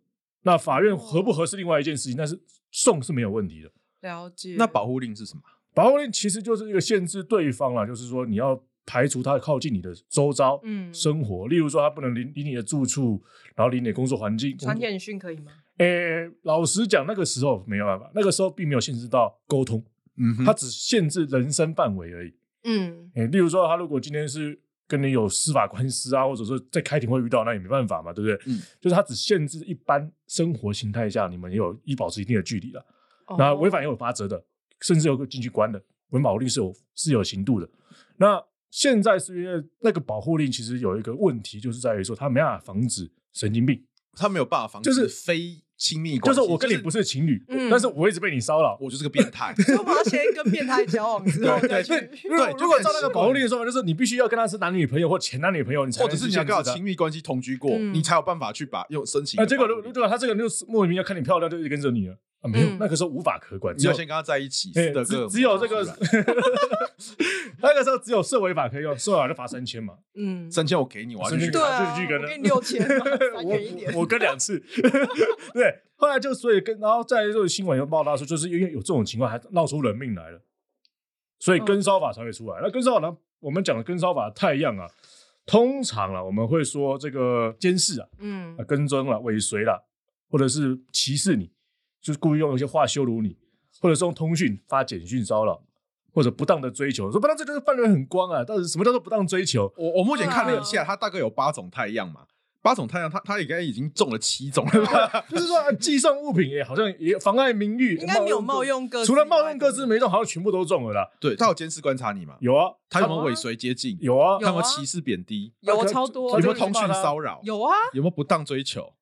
Speaker 3: 那法院合不合是另外一件事情，但是送是没有问题的。
Speaker 1: 了
Speaker 3: 嗯
Speaker 1: 解。
Speaker 2: 那保护令是什么？啊
Speaker 3: 保护令其实就是一个限制对方啦，就是说你要排除他靠近你的周遭
Speaker 1: 嗯
Speaker 3: 生活，例如说他不能离离你的住处，然后离你的工作环境。
Speaker 1: 传简讯可以吗？
Speaker 3: 诶、老实讲，那个时候没有办法，那个时候并没有限制到沟通，
Speaker 2: 嗯哼
Speaker 3: 它只限制人身范围而已。
Speaker 1: 嗯，
Speaker 3: 诶、例如说，他如果今天是跟你有司法官司啊，或者说在开庭会遇到，那也没办法嘛，对不对？
Speaker 2: 嗯
Speaker 3: 就是他只限制一般生活形态下，你们也有一保持一定的距离了。
Speaker 1: 哦
Speaker 3: 那 违反也有罚则的，甚至有个进去关的，文保令是有是有刑度的。那现在是因为那个保护令其实有一个问题，就是在于说它没办法防止神经病。
Speaker 2: 他没有办法防止
Speaker 3: 就是
Speaker 2: 非亲密
Speaker 3: 就
Speaker 2: 关
Speaker 3: 是
Speaker 2: 系，
Speaker 3: 我跟你不
Speaker 2: 是，
Speaker 3: 是情侣，
Speaker 1: 嗯
Speaker 3: 但是我一直被你骚扰。
Speaker 2: 我就是个变 态。
Speaker 1: 所以我们要先跟变态交往之后再去。
Speaker 3: 如果
Speaker 2: 对
Speaker 3: 哦如果
Speaker 2: 就
Speaker 3: 照
Speaker 2: 很
Speaker 3: 那个
Speaker 2: 奇怪
Speaker 3: 保护令的说法，就是你必须要跟他是男女朋友或前男女朋友，你才
Speaker 2: 或者是你要跟他
Speaker 3: 搞
Speaker 2: 有亲。密关系同居过，
Speaker 1: 嗯
Speaker 2: 你才有办法去把用申请
Speaker 3: 啊，
Speaker 2: 的
Speaker 3: 结
Speaker 2: 保
Speaker 3: 果
Speaker 2: 护
Speaker 3: 如
Speaker 2: 令。
Speaker 3: 如果他这个人就是莫名要看你漂亮，就一直跟着你了啊，没有
Speaker 1: 嗯，
Speaker 3: 那个时候无法可管，
Speaker 2: 你
Speaker 3: 只
Speaker 2: 要
Speaker 3: 有
Speaker 2: 先跟他在一起
Speaker 3: 哎
Speaker 2: 的
Speaker 3: 只
Speaker 2: 个，
Speaker 3: 只有这个
Speaker 2: 啊
Speaker 3: 那个时候只有社违法可以用，社违法就罚三千嘛，
Speaker 1: 嗯，
Speaker 2: 三千我给你，我要去
Speaker 3: 三千
Speaker 1: 对
Speaker 2: 跟他
Speaker 1: 啊，
Speaker 3: 就去跟
Speaker 1: 我
Speaker 3: 他
Speaker 1: 给你六千嘛，三
Speaker 3: 我
Speaker 1: 元一点。
Speaker 3: 我跟两次， 对，后来就所以跟然后再来就是新闻有报道说，就是因为有这种情况还闹出人命来了，所以跟骚法才会出来。那跟骚法呢，我们讲的跟骚法太样啊，通常啊我们会说这个监视啊、
Speaker 1: 嗯
Speaker 3: 啊跟踪啊、尾随啦、或者是歧视你，就是故意用一些话羞辱你，或者是用通讯发简讯骚扰。或者不当的追求，说不当追求范围很广啊，到底什么叫做不当追求？
Speaker 2: 我我目前看了一
Speaker 1: 对
Speaker 2: 下，
Speaker 1: 啊
Speaker 2: 他大概有八种太阳嘛，八种太阳，他他应该已经中了七种了吧？
Speaker 3: 就是说啊寄送物品也好像也妨碍名誉，
Speaker 1: 应该没有冒用各自，
Speaker 3: 除了冒用各自没中，好像全部都中了啦。
Speaker 2: 对，他有监视观察你吗？
Speaker 3: 有啊，
Speaker 2: 他有没有尾随接近？
Speaker 3: 有啊
Speaker 2: 他，有
Speaker 1: 有
Speaker 2: 没有
Speaker 1: 啊
Speaker 2: 歧视贬低？
Speaker 1: 有啊超多，
Speaker 3: 他
Speaker 2: 有没
Speaker 3: 就
Speaker 2: 有通讯骚扰？
Speaker 1: 有啊，
Speaker 2: 有没有不当追求？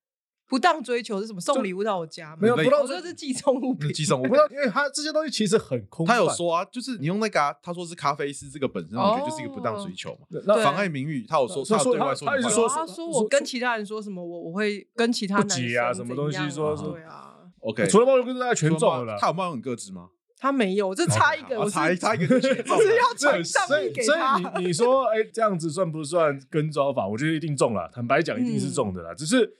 Speaker 1: 不当追求是什么？送礼物到我家吗？
Speaker 3: 没有
Speaker 2: 没
Speaker 3: 不让
Speaker 1: 我说是寄送物品
Speaker 2: 嗯，寄送
Speaker 3: 我
Speaker 2: 我
Speaker 3: 不知道，因为他这些东西其实很空泛。
Speaker 2: 他有说啊，就是你用那个、啊，他说是咖啡师这个本身，我觉得就是一个不当追求嘛，
Speaker 3: 对，那
Speaker 1: 对
Speaker 2: 妨碍名誉。他有说，
Speaker 3: 他
Speaker 2: 有
Speaker 3: 说
Speaker 2: 对外
Speaker 3: 他
Speaker 2: 说
Speaker 3: 他
Speaker 2: 你
Speaker 3: 一
Speaker 1: 有
Speaker 3: 直
Speaker 1: 啊
Speaker 2: 坏
Speaker 3: 嗯说
Speaker 1: 他说我跟其他人说什么，我我会跟其他
Speaker 3: 不
Speaker 1: 男
Speaker 3: 急
Speaker 1: 生
Speaker 3: 啊什么东西
Speaker 1: 怎样
Speaker 3: 说
Speaker 2: 是
Speaker 1: 对啊，
Speaker 2: OK，
Speaker 3: 除了冒用各自，大家全中了啦
Speaker 2: 他。有冒用你个子吗？
Speaker 1: 他没有， 这差一个，
Speaker 2: 啊
Speaker 1: 我是
Speaker 2: 差一差一个就全中
Speaker 1: 我是
Speaker 2: 了。
Speaker 1: 要 传上
Speaker 3: 所
Speaker 1: 帝
Speaker 3: 以，
Speaker 1: 给
Speaker 3: 所
Speaker 1: 他。
Speaker 3: 以你你说，哎、这样子算不算跟骚法？我觉得一定中了，坦白讲，一定是中
Speaker 1: 嗯
Speaker 3: 的啦。只是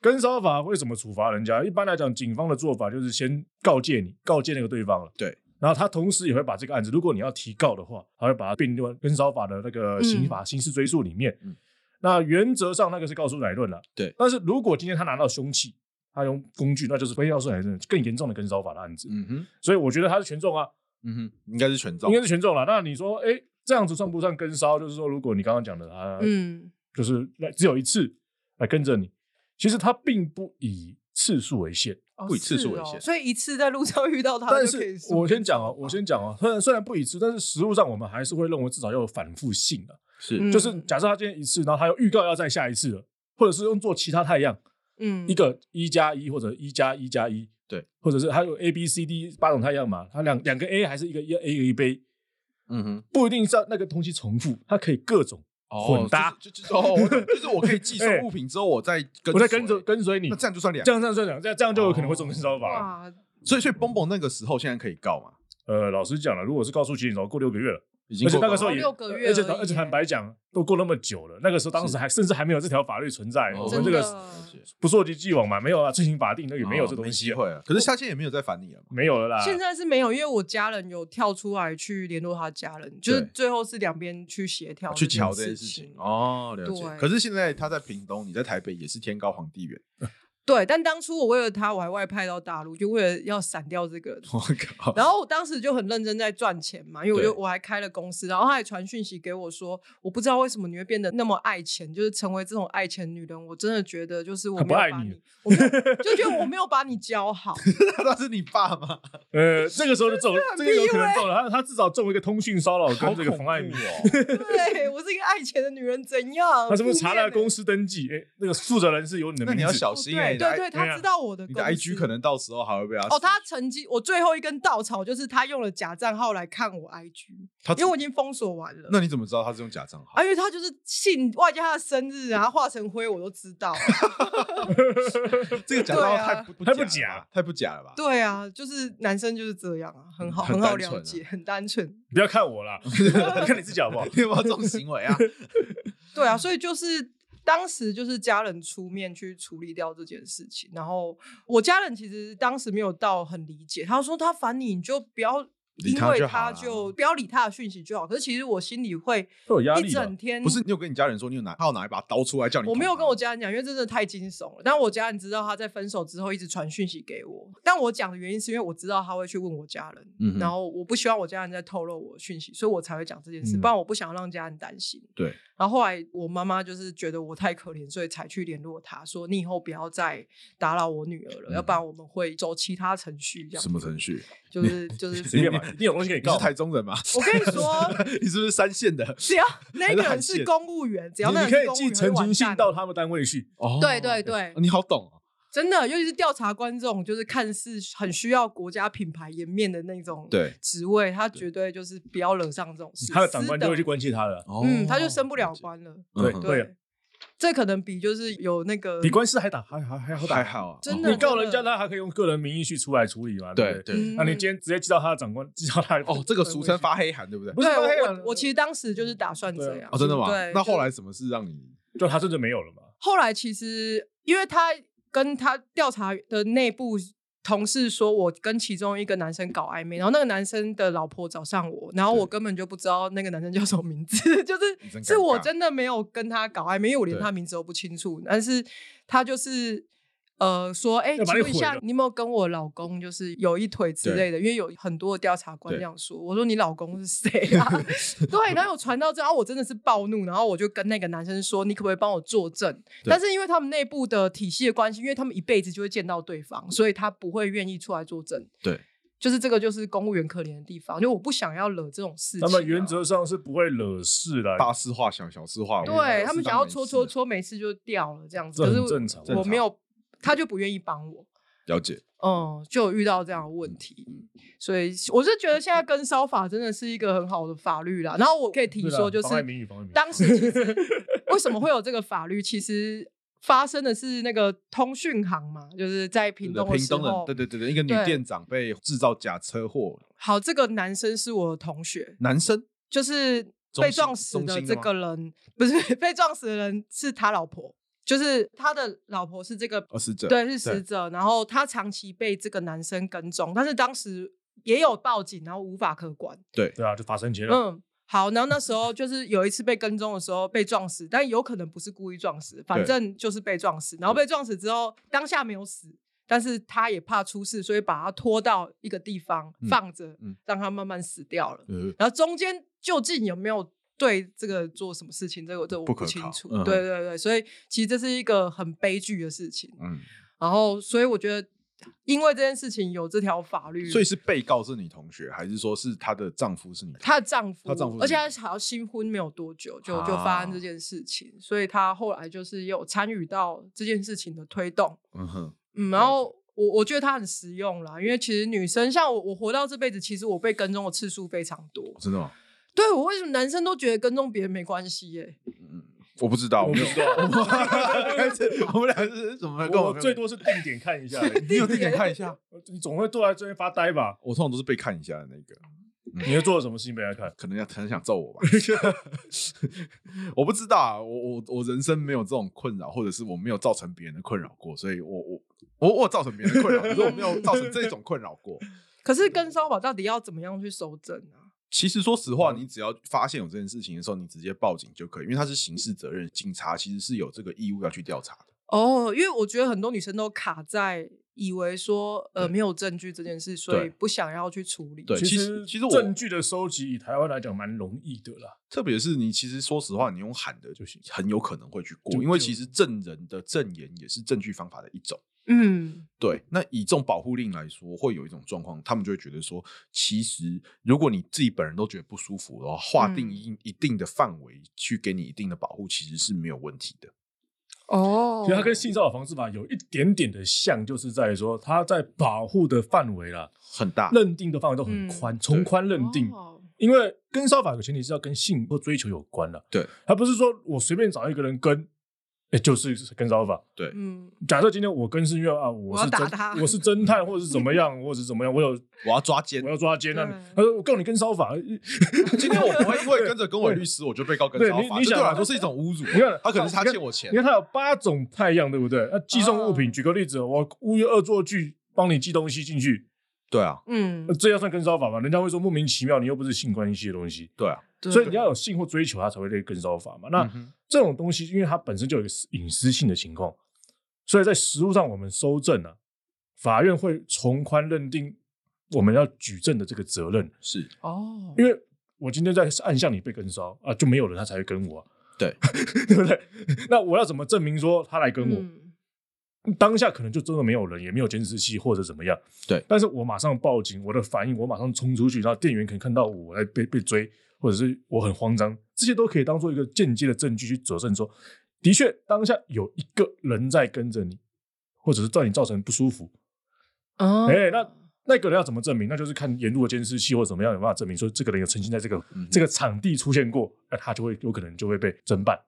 Speaker 3: 跟骚法会怎么处罚人家？一般来讲，警方的做法就是先告诫你，告诫那个对方了。
Speaker 2: 对。
Speaker 3: 然后他同时也会把这个案子，如果你要提告的话，他会把它并入跟骚法的那
Speaker 1: 嗯
Speaker 3: 个刑法、刑事追诉里面。
Speaker 2: 嗯
Speaker 3: 那原则上那个是告诉乃论了。
Speaker 2: 对
Speaker 3: 但是如果今天他拿到凶器，他用工具，那就是非告诉乃论更严重的跟骚法的案子。
Speaker 2: 嗯哼，
Speaker 3: 所以我觉得他是全中啊。
Speaker 2: 嗯哼，应该是全中
Speaker 3: 应。该是全中了。那你说，哎、这样子算不算跟梢？就是说，如果你刚刚讲的，他、
Speaker 1: 嗯，
Speaker 3: 就是来只有一次来跟着你，其实他并不以次数为限。
Speaker 1: 哦
Speaker 2: 不以次数为
Speaker 1: 是哦
Speaker 2: 限
Speaker 1: 所以一次在路上遇到他，
Speaker 3: 但
Speaker 1: 就可以啊
Speaker 3: 是
Speaker 1: 说
Speaker 3: 我先讲哦，我先讲哦，虽然虽然不以次，但是实物上我们还是会认为至少要有反复性的、
Speaker 2: 是
Speaker 1: 嗯
Speaker 3: 就是假设他今天一次，然后他又预告要再下一次了，或者是用做其他太阳，
Speaker 1: 嗯
Speaker 3: 一个一加一或者一加一加一，
Speaker 2: 对，
Speaker 3: 或者是还有 A B C D 八种太阳嘛，它两两个 A 还是一个一 A 一个一杯，
Speaker 2: 嗯哼，
Speaker 3: 不一定是要那个东西重复，它可以各种
Speaker 2: 哦
Speaker 3: 混搭。哎
Speaker 2: 就就就哦，我懂就是我可以寄 送物品之后，我再跟
Speaker 3: 我在
Speaker 2: 随
Speaker 3: 跟着，跟随你，
Speaker 2: 那这样就算两
Speaker 3: 这。样这样这样这样这样就有可能会中跟烧法了。
Speaker 1: 哇，
Speaker 2: 所以所以蹦蹦那个时候现在可以告嘛？
Speaker 3: 呃，老实讲了，如果是告诉警早过六个月了，
Speaker 2: 已
Speaker 3: 而
Speaker 2: 经
Speaker 3: 且
Speaker 2: 过
Speaker 3: 那个时候也
Speaker 1: 哦六个月
Speaker 3: 而且
Speaker 1: 而已
Speaker 3: 而且坦白讲，都过那么久了，那个时候当时还甚至还没有这条法律存在，
Speaker 2: 哦
Speaker 3: 我
Speaker 1: 真
Speaker 3: 们这
Speaker 1: 的
Speaker 3: 个不溯及既往嘛，没有啊，罪行法定那个也没有这东
Speaker 2: 没
Speaker 3: 西
Speaker 2: 机，会啊。可是下线也没有再烦你了嘛？
Speaker 3: 没有了啦。
Speaker 1: 现在是没有，因为我家人有跳出来去联络他家人，就是
Speaker 2: 对哦
Speaker 1: 最后是两边去协调
Speaker 2: 去
Speaker 1: 调
Speaker 2: 瞧这件事
Speaker 1: 情
Speaker 2: 情。哦，了解。
Speaker 1: 对
Speaker 2: 可是现在他在屏东，你在台北也是天高皇帝 远。
Speaker 1: 对，但当初我为了他，我还外派到大陆，就为了要闪掉这 个。
Speaker 2: 我靠！
Speaker 1: 然后我当时就很认真在赚钱嘛，因为我就
Speaker 2: 对
Speaker 1: 我还开了公司，然后他还传讯息给我说，我不知道为什么你会变得那么爱钱，就是成为这种爱钱女人，我真的觉得就是我
Speaker 3: 他不
Speaker 1: 没有
Speaker 3: 爱
Speaker 1: 把
Speaker 3: 你
Speaker 1: 你，我没 有就觉得我没有把你教好，
Speaker 2: 他是你爸吗？
Speaker 3: 呃，这个时候就中，这个有可能中了，他他至少中了一个通讯骚扰 跟这个妨碍你。
Speaker 2: 哦！
Speaker 1: 对我是一个爱钱的女人，怎样？
Speaker 3: 他是不是查
Speaker 1: 负面
Speaker 3: 了
Speaker 1: 欸
Speaker 3: 公司登记？哎，那个负责人是有你的
Speaker 2: 那
Speaker 3: 名
Speaker 2: 你
Speaker 3: 字，
Speaker 2: 要小
Speaker 1: 哦
Speaker 2: 心
Speaker 1: 对
Speaker 2: 哎，你的
Speaker 1: 对
Speaker 2: I-
Speaker 1: 对，他知道我的
Speaker 2: 你的
Speaker 1: 公
Speaker 2: IG
Speaker 1: 司
Speaker 2: 可能到时候还会被他
Speaker 1: 哦，他曾经我最后一根稻草就是他用了假账号来看我 IG，
Speaker 2: 他
Speaker 1: 因为我已经封锁完了。
Speaker 2: 哦那你怎么知道他是用假账号
Speaker 1: 啊，？因为他就是姓外加他的生日，然后化成灰，我都知 道啊。
Speaker 2: 这个假账
Speaker 1: 对
Speaker 2: 号
Speaker 1: 啊
Speaker 2: 太不
Speaker 3: 太不
Speaker 2: 假
Speaker 3: 假
Speaker 2: 了吧，太不假了吧？
Speaker 1: 对啊，就是男生就是这样啊，很好，
Speaker 2: 很
Speaker 1: 很好
Speaker 2: 单纯
Speaker 1: 了
Speaker 2: 啊
Speaker 1: 解，很单纯。
Speaker 3: 你不要看 我啦，你看你自己好不好？
Speaker 2: 你有没有这种行为 啊？
Speaker 1: 对
Speaker 2: 嗯
Speaker 1: 啊，所以就是当时就是家人出面去处理掉这件事情，然后我家人其实当时没有到很理解，他说他烦你，你就不要。
Speaker 2: 理
Speaker 1: 因
Speaker 2: 他
Speaker 1: 为
Speaker 2: 就好啊
Speaker 1: 他
Speaker 2: 啦
Speaker 1: 就不要理他的讯息就好，可是其实我心里会
Speaker 3: 会有压
Speaker 1: 一
Speaker 3: 力啊吧
Speaker 1: 整？天
Speaker 2: 不是，你有跟你家人说你有拿他有拿一把刀出来叫你捅他吗？
Speaker 1: 我没有跟我家人讲，因为真的太惊悚了。但我家人知道他在分手之后一直传讯息给我，但我讲的原因是因为我知道他会去问我家人，
Speaker 2: 嗯哼
Speaker 1: 然后我不希望我家人在透露我讯息，所以我才会讲这件事，
Speaker 3: 嗯
Speaker 1: 不然我不想让家人担心。
Speaker 2: 对，
Speaker 1: 然后后来我妈妈就是觉得我太可怜，所以才去联络他说：“你以后不要再打扰我女儿了，
Speaker 2: 嗯
Speaker 1: 要不然我们会走其他程序。”这样
Speaker 2: 什么程序？
Speaker 1: 就是就
Speaker 3: 随
Speaker 1: 是。
Speaker 3: 便嘛，一定有东西可以
Speaker 2: 你是
Speaker 3: 告嘛。
Speaker 2: 台中人吗？
Speaker 1: 我跟你说，
Speaker 2: 你是不是三线的？
Speaker 1: 只要那个
Speaker 2: 还是韩
Speaker 1: 人
Speaker 2: 线
Speaker 1: 是公务员，只要
Speaker 3: 你
Speaker 1: 那
Speaker 3: 你
Speaker 1: 个
Speaker 3: 可
Speaker 1: 人是
Speaker 3: 以
Speaker 1: 公务
Speaker 3: 寄
Speaker 1: 员，
Speaker 3: 澄
Speaker 1: 完
Speaker 3: 清信
Speaker 1: 蛋哦
Speaker 3: 到
Speaker 1: 了
Speaker 3: 他们单位去。
Speaker 2: 哦
Speaker 1: 对对对
Speaker 2: 你好懂哦。
Speaker 1: 真的，尤其是调查官这种，就是看似很需要国家品牌颜面的那种
Speaker 2: 对
Speaker 1: 职位，他绝对就是不要惹上这种事。
Speaker 3: 嗯他的长官
Speaker 1: 私德
Speaker 3: 就会去关切他了。
Speaker 2: 哦
Speaker 1: 嗯，他就升不了
Speaker 2: 了解
Speaker 1: 官了。
Speaker 2: 嗯
Speaker 3: 对
Speaker 2: 哼
Speaker 1: 对，
Speaker 3: 啊
Speaker 1: 这可能比就是有那个
Speaker 3: 比官司还打还还还
Speaker 2: 还
Speaker 3: 好打，
Speaker 2: 好啊，
Speaker 1: 真的
Speaker 3: 你告人家，
Speaker 1: 真的
Speaker 3: 他还可以用个人名义去出来处理嘛，
Speaker 2: 对
Speaker 3: 不对？
Speaker 1: 嗯
Speaker 2: 对
Speaker 3: 那你今天直接寄到他的长官，寄到他的
Speaker 2: 哦，这个俗称发黑函，对不对？
Speaker 3: 不是
Speaker 1: 对
Speaker 3: 发黑
Speaker 1: 我
Speaker 3: 函
Speaker 1: 我我其实当时就是打算这
Speaker 3: 对
Speaker 1: 样
Speaker 3: 啊
Speaker 2: 哦，真的吗
Speaker 1: 对？
Speaker 2: 那
Speaker 1: 就
Speaker 2: 后来什么事让你
Speaker 3: 就他甚至没有了嘛。
Speaker 1: 后来其实因为他跟他调查的内部同事说，我跟其中一个男生搞暧昧，然后那个男生的老婆找上我，然后我
Speaker 2: 对
Speaker 1: 根本就不知道那个男生叫什么名字， 就
Speaker 2: 你
Speaker 1: 是
Speaker 2: 真
Speaker 1: 是
Speaker 2: 尴
Speaker 1: 我
Speaker 2: 尬
Speaker 1: 真的没有跟他搞暧昧，因为我连
Speaker 2: 对
Speaker 1: 他名字都不清楚，但是他就是。呃说，哎、
Speaker 3: 要把
Speaker 1: 请
Speaker 3: 你
Speaker 1: 问一下
Speaker 3: 毁了，
Speaker 1: 你有没有跟我老公就是有一腿之类的？因为有很多的调查官这样说。我说你老公是谁 啊？ 对，然后有传到这，然后我真的是暴怒，然后我就跟那个男生说，你可不可以帮我作证？
Speaker 2: 对
Speaker 1: 但是因为他们内部的体系的关系，因为他们一辈子就会见到对方，所以他不会愿意出来作证。
Speaker 2: 对，
Speaker 1: 就是这个就是公务员可怜的地方，就我不想要惹这种事情、
Speaker 3: 他
Speaker 1: 啊。
Speaker 3: 们原则上是不会惹事的，
Speaker 2: 大事化小，小事化无。
Speaker 1: 对
Speaker 2: 小
Speaker 1: 他们想
Speaker 2: 事当
Speaker 1: 要
Speaker 2: 没
Speaker 1: 戳
Speaker 2: 事
Speaker 1: 戳戳，没事就掉了这样子。
Speaker 3: 这
Speaker 1: 可
Speaker 3: 很
Speaker 1: 是
Speaker 3: 正常。
Speaker 1: 我
Speaker 2: 正常
Speaker 1: 没有，他就不愿意帮我。
Speaker 2: 了解。
Speaker 1: 嗯，就有遇到这样的问题，所以我是觉得现在跟烧法真的是一个很好的法律啦。然后我可以提
Speaker 3: 对啦啊
Speaker 1: 说，就是
Speaker 3: 妨碍名誉妨碍名誉
Speaker 1: 当时其实为什么会有这个法律，其实发生的是那个通讯行嘛，就是在屏
Speaker 2: 对
Speaker 1: 东
Speaker 2: 对
Speaker 1: 的
Speaker 2: 屏
Speaker 1: 时
Speaker 2: 东人，
Speaker 1: 候
Speaker 2: 对。对对对，一个女
Speaker 1: 对
Speaker 2: 店长被制造假车祸，
Speaker 1: 好，这个男生是我的同学，
Speaker 2: 男生
Speaker 1: 就是
Speaker 2: 中
Speaker 1: 被
Speaker 2: 心
Speaker 1: 撞死
Speaker 2: 中
Speaker 1: 的
Speaker 2: 心
Speaker 1: 这
Speaker 2: 的吗
Speaker 1: 个人，不是 被撞死的人是他老婆，就是他的老婆是这个
Speaker 2: 呃死者，
Speaker 1: 对，是死者。然后他长期被这个男生跟踪，但是当时也有报警，然后无法可管。
Speaker 3: 对啊，就发生结论。
Speaker 1: 嗯，好，然后那时候就是有一次被跟踪的时候被撞死，但有可能不是故意撞死，反
Speaker 2: 对
Speaker 1: 正就是被撞死。然后被撞死之后，当下没有死。但是他也怕出事，所以把他拖到一个地方
Speaker 2: 嗯
Speaker 1: 放着，
Speaker 2: 嗯
Speaker 1: 让他慢慢死掉了。
Speaker 2: 呃，
Speaker 1: 然后中间究竟有没有对这个做什么事情，这个这我
Speaker 2: 不可
Speaker 1: 清
Speaker 2: 考
Speaker 1: 楚。
Speaker 2: 嗯
Speaker 1: 对对对，所以其实这是一个很悲剧的事情。
Speaker 2: 嗯，
Speaker 1: 然后，所以我觉得，因为这件事情有这条法律，
Speaker 2: 所以是被告是你同学，还是说是她的丈夫是你同学？
Speaker 1: 她的丈夫，
Speaker 2: 她丈夫啊
Speaker 1: 而且她好像新婚没有多久就、就发生这件事情，所以她后来就是有参与到这件事情的推动。
Speaker 2: 嗯哼，
Speaker 1: 嗯，然后我我觉得她很实用啦，因为其实女生像我，我活到这辈子，其实我被跟踪的次数非常多。
Speaker 2: 真的吗？
Speaker 1: 对我为什么男生都觉得跟踪别人没关系耶、
Speaker 2: 嗯，我不知道，
Speaker 3: 我
Speaker 2: 我
Speaker 3: 不
Speaker 2: 没有
Speaker 3: 知。道，
Speaker 2: 开始 我们俩是怎么跟
Speaker 3: 我
Speaker 2: 我
Speaker 3: 我最多是定点看一下而 已，
Speaker 2: 你有定点看一下，
Speaker 3: 你总会坐在这边发呆吧？
Speaker 2: 我通常都是被看一下的那个，
Speaker 3: 你又做了什么事情被他看？
Speaker 2: 可能要很想揍我吧， 我不知道啊，我我我人生没有这种困扰，或者是我没有造成别人的困扰过，所以我我我我有造成别人的困扰，可是我没有造成这种困扰过。
Speaker 1: 可
Speaker 2: 嗯
Speaker 1: 是跟骚法到底要怎么样去搜证啊？
Speaker 2: 其实说实话，
Speaker 3: 嗯
Speaker 2: 你只要发现有这件事情的时候，你直接报警就可以，因为它是刑事责任，警察其实是有这个义务要去调查的。
Speaker 1: 哦，因为我觉得很多女生都卡在以为说呃
Speaker 2: 对
Speaker 1: 没有证据这件事，所以
Speaker 2: 对
Speaker 1: 不想要去处理。
Speaker 2: 对
Speaker 3: 其
Speaker 2: 其实其实我
Speaker 3: 证据的收集，以台湾来讲蛮容易的啦。
Speaker 2: 特别是你其实说实话，你用喊的就行，很有可能会去过
Speaker 3: 就，
Speaker 2: 因为
Speaker 3: 就
Speaker 2: 其实证人的证言也是证据方法的一种。
Speaker 1: 嗯，
Speaker 2: 对，那以这种保护令来说，会有一种状况，他们就会觉得说，其实如果你自己本人都觉得不舒服的话，划定
Speaker 1: 嗯
Speaker 2: 一一定的范围去给你一定的保护，其实是没有问题的。
Speaker 1: 哦，
Speaker 3: 其实它跟性骚扰防治法有一点点的像，就是在于说它在保护的范围啦，
Speaker 2: 很大，
Speaker 3: 认定的范围都很宽，从宽认定。
Speaker 1: 啊嗯哦
Speaker 3: 因为跟骚法有个前提是要跟性或追求有关了，
Speaker 2: 对，
Speaker 3: 而不是说我随便找一个人跟，哎，就是跟骚法。
Speaker 2: 对，
Speaker 1: 嗯，
Speaker 3: 假设今天我跟是因为啊，我
Speaker 1: 我要
Speaker 3: 是
Speaker 1: 打
Speaker 3: 侦
Speaker 1: 他
Speaker 3: 我是侦探，或者是怎么样，或者是怎么样，我 有
Speaker 2: 我要抓奸
Speaker 3: 我。要抓奸那你
Speaker 1: 对
Speaker 3: 他说我告你跟骚法，
Speaker 2: 今天我不会因为跟着跟我律师，我就被告跟
Speaker 3: 对
Speaker 2: 骚
Speaker 3: 你
Speaker 2: 法，
Speaker 3: 你
Speaker 2: 这对
Speaker 3: 想
Speaker 2: 我来说是一种侮辱。
Speaker 3: 你看
Speaker 2: 他可能是他
Speaker 3: 你看
Speaker 2: 欠我钱
Speaker 3: 你，看它有八种太阳，对不对？那寄送物
Speaker 1: 哦
Speaker 3: 品，举个例子，我物业恶作剧帮你寄东西进去，
Speaker 2: 对啊，
Speaker 1: 嗯
Speaker 3: 那，这要算跟骚法吗？人家会说莫名其妙，你又不是性关系的东西，
Speaker 2: 对啊，
Speaker 1: 对
Speaker 3: 所以你要有性或追求，它才会被跟骚法嘛。那、
Speaker 2: 嗯哼
Speaker 3: 这种东西，因为它本身就有一个隐私性的情况，所以在实务上我们收证啊，法院会从宽认定我们要举证的这个责任，
Speaker 2: 是
Speaker 1: 哦，
Speaker 3: 因为我今天在暗巷里被跟骚啊，就没有人他才会跟我、啊，
Speaker 2: 对
Speaker 3: 对不对？那我要怎么证明说他来跟我？
Speaker 1: 嗯
Speaker 3: 当下可能就真的没有人，也没有监视器或者怎么样。
Speaker 2: 对
Speaker 3: 但是我马上报警，我的反应，我马上冲出去，然后店员可能看到我来被被追，或者是我很慌张，这些都可以当做一个间接的证据去佐证说，的确当下有一个人在跟着你，或者是对你造成不舒服。
Speaker 1: 哦
Speaker 3: 哎、那那个人要怎么证明？那就是看沿路的监视器或者怎么样有办法证明说这个人有曾经在这个、
Speaker 2: 嗯哼
Speaker 3: 这个场地出现过，那他就会有可能就会被侦办。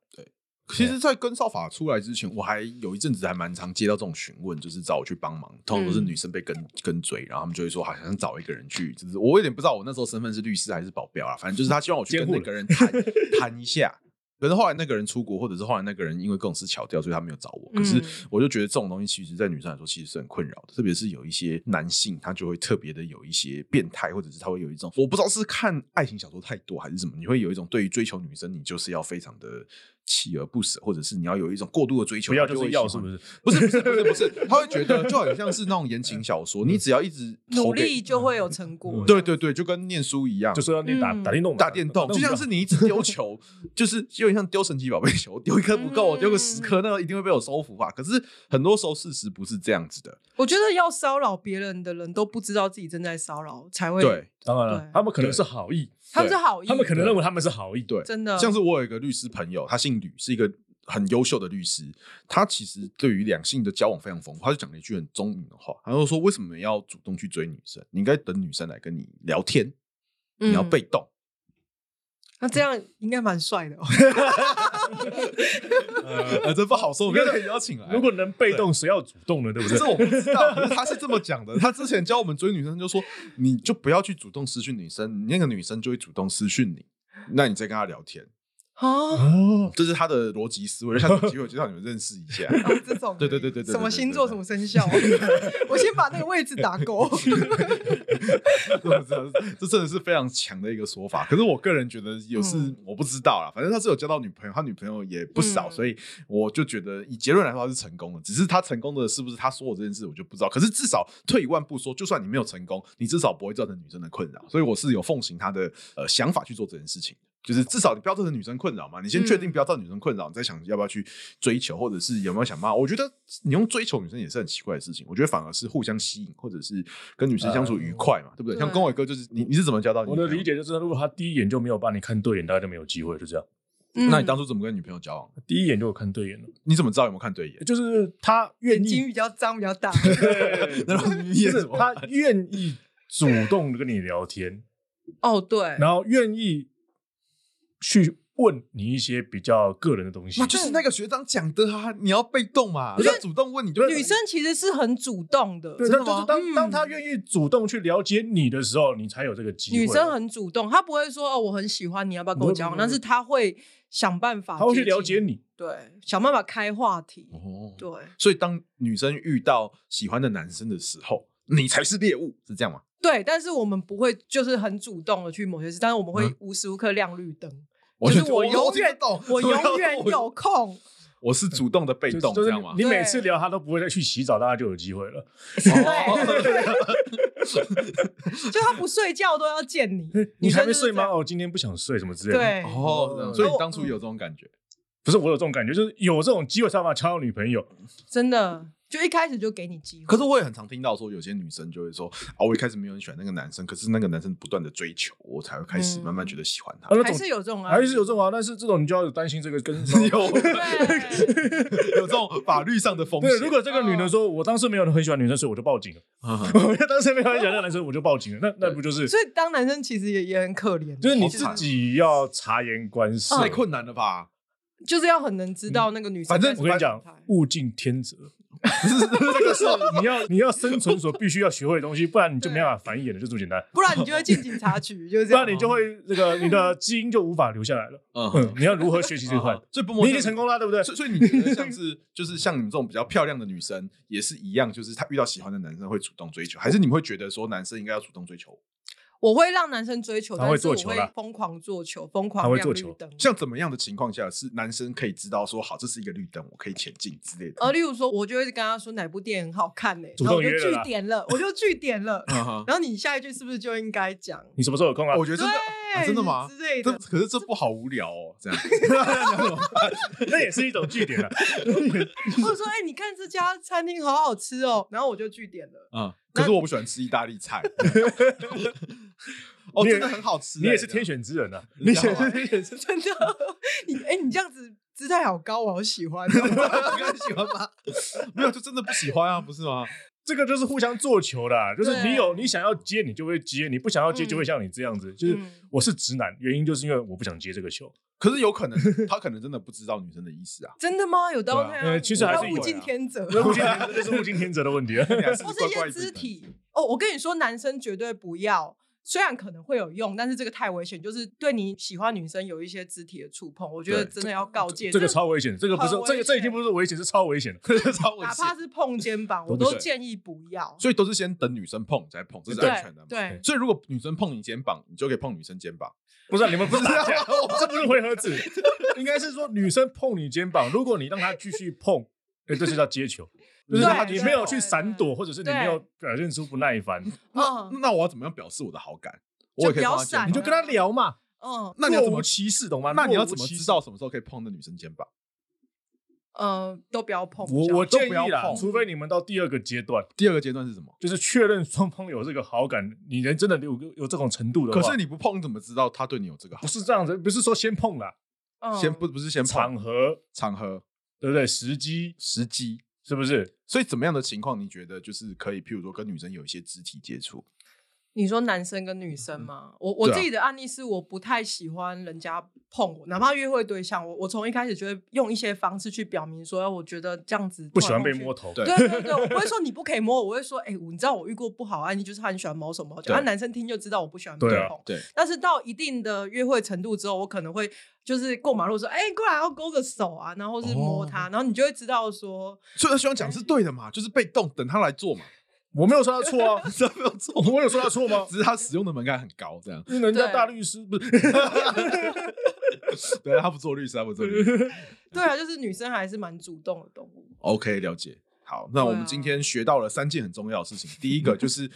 Speaker 2: 其实，在跟少法出来之前，我还有一阵子还蛮常接到这种询问，就是找我去帮忙。通常都是女生被跟、跟追，然后他们就会说，好像找一个人去，就是我有点不知道我那时候身份是律师还是保镖啊，反正就是他希望我去跟
Speaker 3: 监护
Speaker 2: 那
Speaker 3: 人
Speaker 2: 个人谈谈一下。可是后来那个人出国，或者是后来那个人因为各种事巧掉，所以他没有找我。可是
Speaker 1: 嗯
Speaker 2: 我就觉得这种东西，其实，在女生来说，其实是很困扰的。特别是有一些男性，他就会特别的有一些变态，或者是他会有一种，我不知道是看爱情小说太多还是什么，你会有一种对于追求女生，你就是要非常的锲而不舍，或者是你要有一种过度的追求，
Speaker 3: 不要
Speaker 2: 他
Speaker 3: 就是
Speaker 2: 会
Speaker 3: 要，
Speaker 2: 喜
Speaker 3: 是
Speaker 2: 欢
Speaker 3: 不是？
Speaker 2: 不是不是不是不是，他会觉得就很像是那种言情小说，你只要一直投
Speaker 1: 努
Speaker 2: 给
Speaker 1: 力，就会有成
Speaker 3: 嗯
Speaker 1: 果。
Speaker 2: 对对对，就跟念书一样，
Speaker 3: 就是是要你打
Speaker 1: 嗯
Speaker 3: 打电动嘛，
Speaker 2: 打电动，就像是你一直 丢球，就是有点像丢神奇宝贝球，丢一颗不够，
Speaker 1: 嗯
Speaker 2: 丢个十颗，那个一定会被我收服吧。可是很多时候事实不是这样子的，
Speaker 1: 我觉得要骚扰别人的人都不知道自己正在骚扰，才会
Speaker 2: 对
Speaker 3: 当然了
Speaker 1: 对，
Speaker 3: 他们可能是好意，
Speaker 1: 他们是好意，
Speaker 3: 他们可能认为他们是好意，
Speaker 2: 对。
Speaker 1: 真的
Speaker 2: 像是我有一个律师朋友，他姓吕，是一个很优秀的律师。他其实对于两性的交往非常丰富，他就讲了一句很中肯的话，他就说：“为什么要主动去追女生？你应该等女生来跟你聊天，你要
Speaker 1: 嗯
Speaker 2: 被动。
Speaker 1: 那这样应该蛮帅 的哦。
Speaker 2: 呃，这不好说，我刚才邀请来。
Speaker 3: 如果能被动，谁要主动呢？对不
Speaker 2: 可
Speaker 3: 对
Speaker 2: 是？我不知道，可是他是这么讲的。他之前教我们追女生，就说你就不要去主动私讯女生，那个女生就会主动私讯你，那你再跟她聊天，
Speaker 1: 哦，
Speaker 3: 哦，
Speaker 2: 这是他的逻辑思维。下次有机会介绍你们认识一下。
Speaker 1: 哦这种
Speaker 2: 对对对对对对
Speaker 1: 什么星座
Speaker 2: 对对对
Speaker 1: 什么生 肖，我先把那个位置打勾。
Speaker 2: 这这真的是非常强的一个说法。可是我个人觉得有是、
Speaker 1: 嗯
Speaker 2: 我不知道啦，反正他是有交到女朋友，他女朋友也不少，
Speaker 1: 嗯
Speaker 2: 所以我就觉得以结论来说他是成功的。只是他成功的是不是他说我这件事，我就不知道。可是至少退一万步说，就算你没有成功，你至少不会造成女生的困扰。所以我是有奉行他的呃想法去做这件事情。就是至少你不要造成女生困扰嘛，你先确定
Speaker 1: 嗯
Speaker 2: 不要造成女生困扰，你再想要不要去追求，或者是有没有想骂。我觉得你用追求女生也是很奇怪的事情，我觉得反而是互相吸引，或者是跟女生相处
Speaker 1: 嗯
Speaker 2: 愉快嘛，对不对？
Speaker 1: 对
Speaker 2: 像跟伟哥就是你，你是怎么交到女
Speaker 3: 我
Speaker 2: 朋友？
Speaker 3: 的理，解就是，如果他第一眼就没有把你看对眼，大家就没有机会，就这样。
Speaker 2: 那你
Speaker 1: 嗯
Speaker 2: 当初怎么跟女朋友交往？
Speaker 3: 第一眼就有看对眼了，
Speaker 2: 你怎么知道有没有看 对眼？
Speaker 3: 就是他愿
Speaker 1: 眼睛
Speaker 3: 意，
Speaker 1: 比较脏，比较 大。
Speaker 3: 对
Speaker 2: 然后你
Speaker 3: 就
Speaker 2: 也
Speaker 3: 是
Speaker 2: 是
Speaker 3: 他愿意主动的跟你 聊天，
Speaker 1: 哦，对，
Speaker 3: 然后愿意去问你一些比较个人的东西
Speaker 2: 那。就是那个学长讲的啊，你要被动嘛，人家主动问你就
Speaker 1: 女生其实是很主动的，
Speaker 3: 对，
Speaker 2: 真的
Speaker 3: 那就
Speaker 2: 吗
Speaker 3: 是当当他
Speaker 1: 嗯
Speaker 3: 愿意主动去了解你的时候，你才有这个机会。嗯
Speaker 1: 女生很主动，她不会说哦，我很喜欢你，要不要跟
Speaker 3: 不
Speaker 1: 我
Speaker 3: 会
Speaker 1: 交往？
Speaker 3: 不会
Speaker 1: 但是她会想办法，
Speaker 3: 他会去了解，你，
Speaker 1: 对，想办法开话题，
Speaker 2: 哦，
Speaker 1: 对，
Speaker 2: 所以当女生遇到喜欢的男生的时候，你才是猎物，是这样吗？
Speaker 1: 对。但是我们不会就是很主动的去某些事，但是我们会
Speaker 2: 嗯
Speaker 1: 无时无刻亮绿灯，
Speaker 2: 我
Speaker 1: 就是我
Speaker 2: 我
Speaker 1: 永
Speaker 2: 听得
Speaker 1: 远
Speaker 2: 懂，
Speaker 1: 我
Speaker 3: 啊
Speaker 1: 永远有空，
Speaker 2: 我是主动的被
Speaker 3: 就
Speaker 2: 动，
Speaker 3: 就
Speaker 2: 这
Speaker 3: 是
Speaker 2: 样吗？哦
Speaker 3: 你每
Speaker 1: 对
Speaker 3: 次聊他都不会再去洗澡，大家就有机会了。哦
Speaker 1: 对，就她不睡觉都要见你，
Speaker 3: 你还
Speaker 1: 女生
Speaker 3: 没
Speaker 1: 就是
Speaker 3: 睡吗？
Speaker 1: 这样
Speaker 3: 哦，今天不想睡，什么之类的。，
Speaker 1: 对，
Speaker 2: 哦，所以你当初有这种感觉，
Speaker 3: 不是我有这种感觉，就是有这种机会才把敲到女朋友。
Speaker 1: 真的就一开始就给你机会，
Speaker 2: 可是我也很常听到说，有些女生就会说啊，我一开始没有很喜欢那个男生，可是那个男生不断的追求，我才会开始
Speaker 1: 嗯
Speaker 2: 慢慢觉得喜欢他。
Speaker 3: 啊那
Speaker 1: 还
Speaker 3: 种
Speaker 1: 是有这种啊，
Speaker 3: 还是有这种啊，但是这种你就要有担心这个 跟
Speaker 2: 有
Speaker 1: 对。
Speaker 2: 有这种法律上的风
Speaker 3: 对，
Speaker 2: 险。
Speaker 3: 如果这个女的说，我当时没有很喜欢女生，所以我就报 警了；
Speaker 2: 嗯
Speaker 3: 我当时没有很喜欢那个男生，我就报警了。那那不就是
Speaker 1: 所以当男生其实也也很可怜，
Speaker 3: 就是你自己要察言观色？
Speaker 2: 太困难了吧？
Speaker 1: 就是要很能知道那个女生。
Speaker 2: 反正
Speaker 3: 嗯我跟你讲，物竞天择，这个是你要你要生存所必须要学会的东西，不然你就没办法繁衍了，就这么简单。
Speaker 1: 不然你就会进警察局，就是
Speaker 3: 不
Speaker 1: 这样。啊
Speaker 3: 然你就会这哦个你的基因就无法留下来了。嗯
Speaker 2: 嗯，，
Speaker 3: 你要如何学习这 块？
Speaker 2: 所以不
Speaker 3: 你已经成功了，对不对？
Speaker 2: 所以所以你觉得像是就是像你们这种比较漂亮的女生也是一样，就是她遇到喜欢的男生会主动追求，还是你们会觉得说男生应该要主动追求？
Speaker 1: 我会让男生追求，
Speaker 3: 他
Speaker 1: 但
Speaker 3: 会
Speaker 1: 是我
Speaker 3: 做球啦
Speaker 1: 会疯狂做球，疯
Speaker 3: 他
Speaker 1: 狂
Speaker 3: 会
Speaker 1: 亮
Speaker 3: 做
Speaker 1: 绿
Speaker 3: 球
Speaker 1: 灯。
Speaker 2: 像怎么样的情况下是男生可以知道说好，这是一个绿灯，我可以前进之类的？
Speaker 1: 而例如说，我就会跟他说哪部电影好看呢、
Speaker 3: 主
Speaker 1: 然后我就
Speaker 3: 动约了啦
Speaker 1: 据点了，我就据点 了。
Speaker 2: 嗯哼
Speaker 1: 然后你下一句是不是就应该讲？
Speaker 3: 你什么时候有空啊
Speaker 2: 我？觉得真的、啊
Speaker 1: 对，
Speaker 2: 真的吗？
Speaker 1: 之类
Speaker 2: 这
Speaker 1: 的。
Speaker 2: 可是这不好无聊哦， 这样
Speaker 3: 那也 是一种据点啊。
Speaker 1: 或者说，哎、你看这家餐厅好好吃哦，然后我就据点了。
Speaker 2: 啊、可是我不喜欢吃意大利 菜，哦，
Speaker 3: 你也
Speaker 2: 真的很好吃欸、
Speaker 3: 你也是天选之人啊！
Speaker 2: 你
Speaker 3: 你
Speaker 2: 也
Speaker 3: 也
Speaker 2: 是
Speaker 3: 是天选之人。
Speaker 1: 真的，你哎、你这样子姿态好高，我好喜欢哦、
Speaker 2: 这样，你很喜欢吗？ 没有，就真的不喜欢啊，不是吗？
Speaker 3: 这个就是互相做球的啊，就是你
Speaker 1: 对
Speaker 3: 有你想要接，你就会接；你不想要接，就会像你这样子。 就是
Speaker 1: 嗯
Speaker 3: 我是直男，原因就是因为我不想接这个 球。
Speaker 2: 可是有可能他可能真的不知道女生的意思啊，
Speaker 1: 真的吗？有到
Speaker 2: 对啊
Speaker 1: 那
Speaker 3: 呃
Speaker 1: 样？
Speaker 3: 其实还是
Speaker 1: 我
Speaker 3: 有
Speaker 1: 要物
Speaker 3: 啊
Speaker 1: 尽天择。
Speaker 3: 那物竞天择就是物竞天择的问题啊。
Speaker 2: 你还是
Speaker 1: 或
Speaker 2: 怪
Speaker 1: 是
Speaker 2: 怪
Speaker 1: 一
Speaker 2: 的
Speaker 1: 些肢体哦，我跟你说，男生绝对不要虽然可能会有用，但是这个太危险，就是对你喜欢女生有一些肢体的触碰，我觉得
Speaker 2: 对
Speaker 1: 真的要告诫。
Speaker 3: 这个超危险，这个不是
Speaker 1: 很危
Speaker 3: 这个这已
Speaker 1: 险
Speaker 3: 经不是危险，是超危险的。
Speaker 2: 超危
Speaker 1: 哪
Speaker 2: 险
Speaker 1: 怕。是碰肩膀，我
Speaker 3: 都不
Speaker 1: 都
Speaker 2: 行
Speaker 1: 建议不要。
Speaker 2: 所以都是先等女生碰再碰，这是
Speaker 1: 对
Speaker 2: 安全的嘛。
Speaker 1: 对，
Speaker 2: 所以如果女生碰你肩膀，你就可以碰女生肩膀。
Speaker 3: 不是、啊、你们不是 打架，这不是回合制，应该是说女生碰你肩膀，如果你让她继续碰，哎、这就叫接球，就
Speaker 1: 对
Speaker 3: 是她你没有去
Speaker 1: 对
Speaker 3: 闪躲，或者是你没有表现出不耐烦，
Speaker 2: 那
Speaker 1: 嗯
Speaker 2: 那我要怎么样表示我的好感？
Speaker 1: 就
Speaker 2: 我也可
Speaker 1: 不
Speaker 2: 以
Speaker 1: 要
Speaker 2: 碰她肩
Speaker 1: 闪
Speaker 2: 膀。
Speaker 3: 你就跟她聊嘛。
Speaker 1: 嗯
Speaker 2: 那你要怎
Speaker 3: 若
Speaker 2: 么
Speaker 3: 无其事，懂吗？
Speaker 2: 那你要
Speaker 3: 若无
Speaker 2: 怎么
Speaker 3: 其
Speaker 2: 知
Speaker 3: 事
Speaker 2: 道？什么时候可以碰那女生肩膀？
Speaker 1: 呃，都不要碰。
Speaker 3: 我
Speaker 1: 比较
Speaker 3: 我
Speaker 1: 好
Speaker 2: 都
Speaker 3: 建议
Speaker 2: 不要
Speaker 3: 啦，
Speaker 2: 碰
Speaker 3: 除非你们到第二个阶段，
Speaker 2: 第二个阶段是什么？
Speaker 3: 就是确认双方有这个好感，你人真的有有这种程度的话，
Speaker 2: 可是你不碰，你怎么知道她对你有这个好
Speaker 3: 不？是这样子，不是说先碰啦，
Speaker 1: 嗯
Speaker 2: 先不不是先碰
Speaker 3: 场合
Speaker 2: 场合
Speaker 3: 对不对？时机
Speaker 2: 时机。
Speaker 3: 是不是？
Speaker 2: 所以怎么样的情况你觉得就是可以，譬如说跟女生有一些肢体接触？
Speaker 1: 你说男生跟女生吗？我我
Speaker 2: 对啊
Speaker 1: 自己的案例是，我不太喜欢人家碰我，哪怕约会对象，我我从一开始就会用一些方式去表明说，哎我觉得这样子
Speaker 3: 不喜欢被
Speaker 1: 碰来
Speaker 3: 摸
Speaker 1: 碰去。
Speaker 3: 头，
Speaker 2: 对
Speaker 1: 对对对，我不会说你不可以摸我，我会说，哎、我你知道我遇过不好案例，就是他很喜欢摸手摸脚，
Speaker 2: 对
Speaker 1: 那男生听就知道我不喜欢被
Speaker 3: 对啊
Speaker 1: 碰。
Speaker 2: 对，
Speaker 1: 但是到一定的约会程度之后，我可能会就是过马路说，哎、过来要勾个手啊，然后是摸
Speaker 3: 哦
Speaker 1: 他，然后你就会知道说，
Speaker 2: 所以他希望讲是对的嘛，就是被动等他来做 嘛，
Speaker 3: 我没有说他错啊，
Speaker 2: 这没有错。
Speaker 3: 我有说他错吗？
Speaker 2: 只是他使用的门槛很高，这样。
Speaker 3: 因为人家
Speaker 1: 对
Speaker 3: 大律师不是。
Speaker 2: 对，他不做律师，他不做律师。
Speaker 1: 对啊，就是女生还是蛮主动的动物。
Speaker 2: OK，了解。好，那
Speaker 1: 对啊
Speaker 2: 我们今天学到了三件很重要的事情。第一个 就是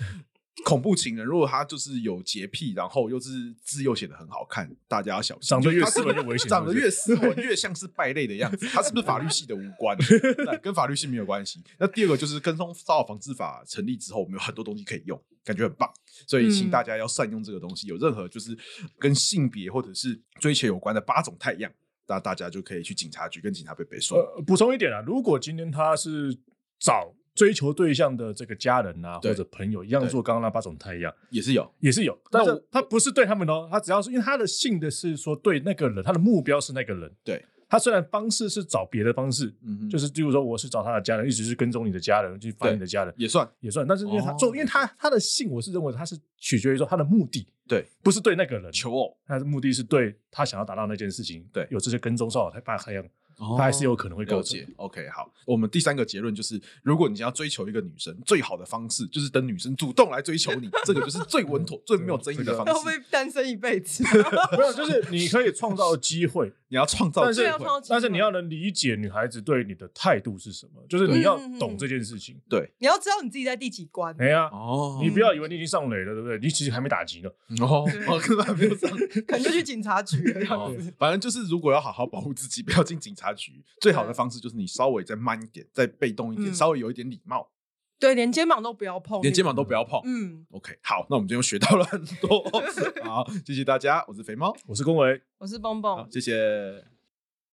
Speaker 2: 恐怖情人，如果他就是有洁癖，然后又是字又写的很好看，大家要小心。
Speaker 3: 长得
Speaker 2: 就
Speaker 3: 越
Speaker 2: 是他
Speaker 3: 斯文越危险
Speaker 2: 长得
Speaker 3: 是不是
Speaker 2: 越斯文越像是败类的样子。他是不是法律系的无 关？对跟法律系没有关系。那第二个就是跟踪骚扰防治法成立之后，我们有很多东西可以用，感觉很棒。所以请
Speaker 1: 嗯
Speaker 2: 大家要善用这个东西。有任何就是跟性别或者是追求有关的八种太阳，那大家就可以去警察局跟警察贝贝说。
Speaker 3: 呃，补充一点啊，如果今天他是找追求对象的这个家人啊
Speaker 2: 对
Speaker 3: 或者朋友，一样做刚刚那八种态一样，
Speaker 2: 也是有。
Speaker 3: 也是有，
Speaker 2: 那
Speaker 3: 但
Speaker 2: 我
Speaker 3: 是他不是对他们哦，他只要是因为他的性的是说对那个人，他的目标是那个人，
Speaker 2: 对，
Speaker 3: 他虽然方式是找别的方式，
Speaker 2: 嗯哼，
Speaker 3: 就是例如说我是找他的家人，一直是跟踪你的家人去烦你的家人。
Speaker 2: 也算
Speaker 3: 也算，但是因为他
Speaker 2: 哦
Speaker 3: 做，因为他他的性，我是认为他是取决于说他的目的，
Speaker 2: 对，
Speaker 3: 不是对那个人，
Speaker 2: 求偶，
Speaker 3: 他的目的是对他想要达到那件事情，
Speaker 2: 对
Speaker 3: 有这些跟踪骚扰，他把他样，他还是有可能会
Speaker 2: 了
Speaker 3: 构成
Speaker 2: 解。。OK，好，我们第三个结论就是，如果你要追求一个女生，最好的方式就是等女生主动来追求你，这个就是最稳妥、最没有争议的方
Speaker 1: 要被
Speaker 2: 式。
Speaker 1: 单身一辈 子，
Speaker 3: 没有，就是你可以创造机会，
Speaker 2: 你要创造
Speaker 3: 但
Speaker 2: 机
Speaker 3: 是
Speaker 1: 对啊，
Speaker 2: 会，
Speaker 1: 创造机
Speaker 3: 但是
Speaker 1: 会
Speaker 3: 你要能理解女孩子对你的态度是什么，就是你要
Speaker 1: 嗯
Speaker 3: 懂这件事情。
Speaker 2: 对，
Speaker 1: 你要知道你自己在第几关。
Speaker 3: 哎呀，
Speaker 2: 哦
Speaker 3: 你不要以为你已经上垒了，对不对？你其实还没打击呢。
Speaker 2: 哦
Speaker 1: 对，
Speaker 2: 我根本还没有这样。
Speaker 1: 可能就去警察局了。
Speaker 2: 哦反正就是，如果要好好保护自己，不要进警察局，最好的方式就是你稍微再慢一点，再被动一点，
Speaker 1: 嗯
Speaker 2: 稍微有一点礼貌，
Speaker 1: 对，连肩膀都不要碰，
Speaker 2: 连肩膀都不要碰。
Speaker 1: 嗯，
Speaker 2: OK，好，那我们今天又学 到了很多，好，谢谢大家，我是肥猫，
Speaker 3: 我是龚维，
Speaker 1: 我是蹦蹦
Speaker 2: 好，，谢谢。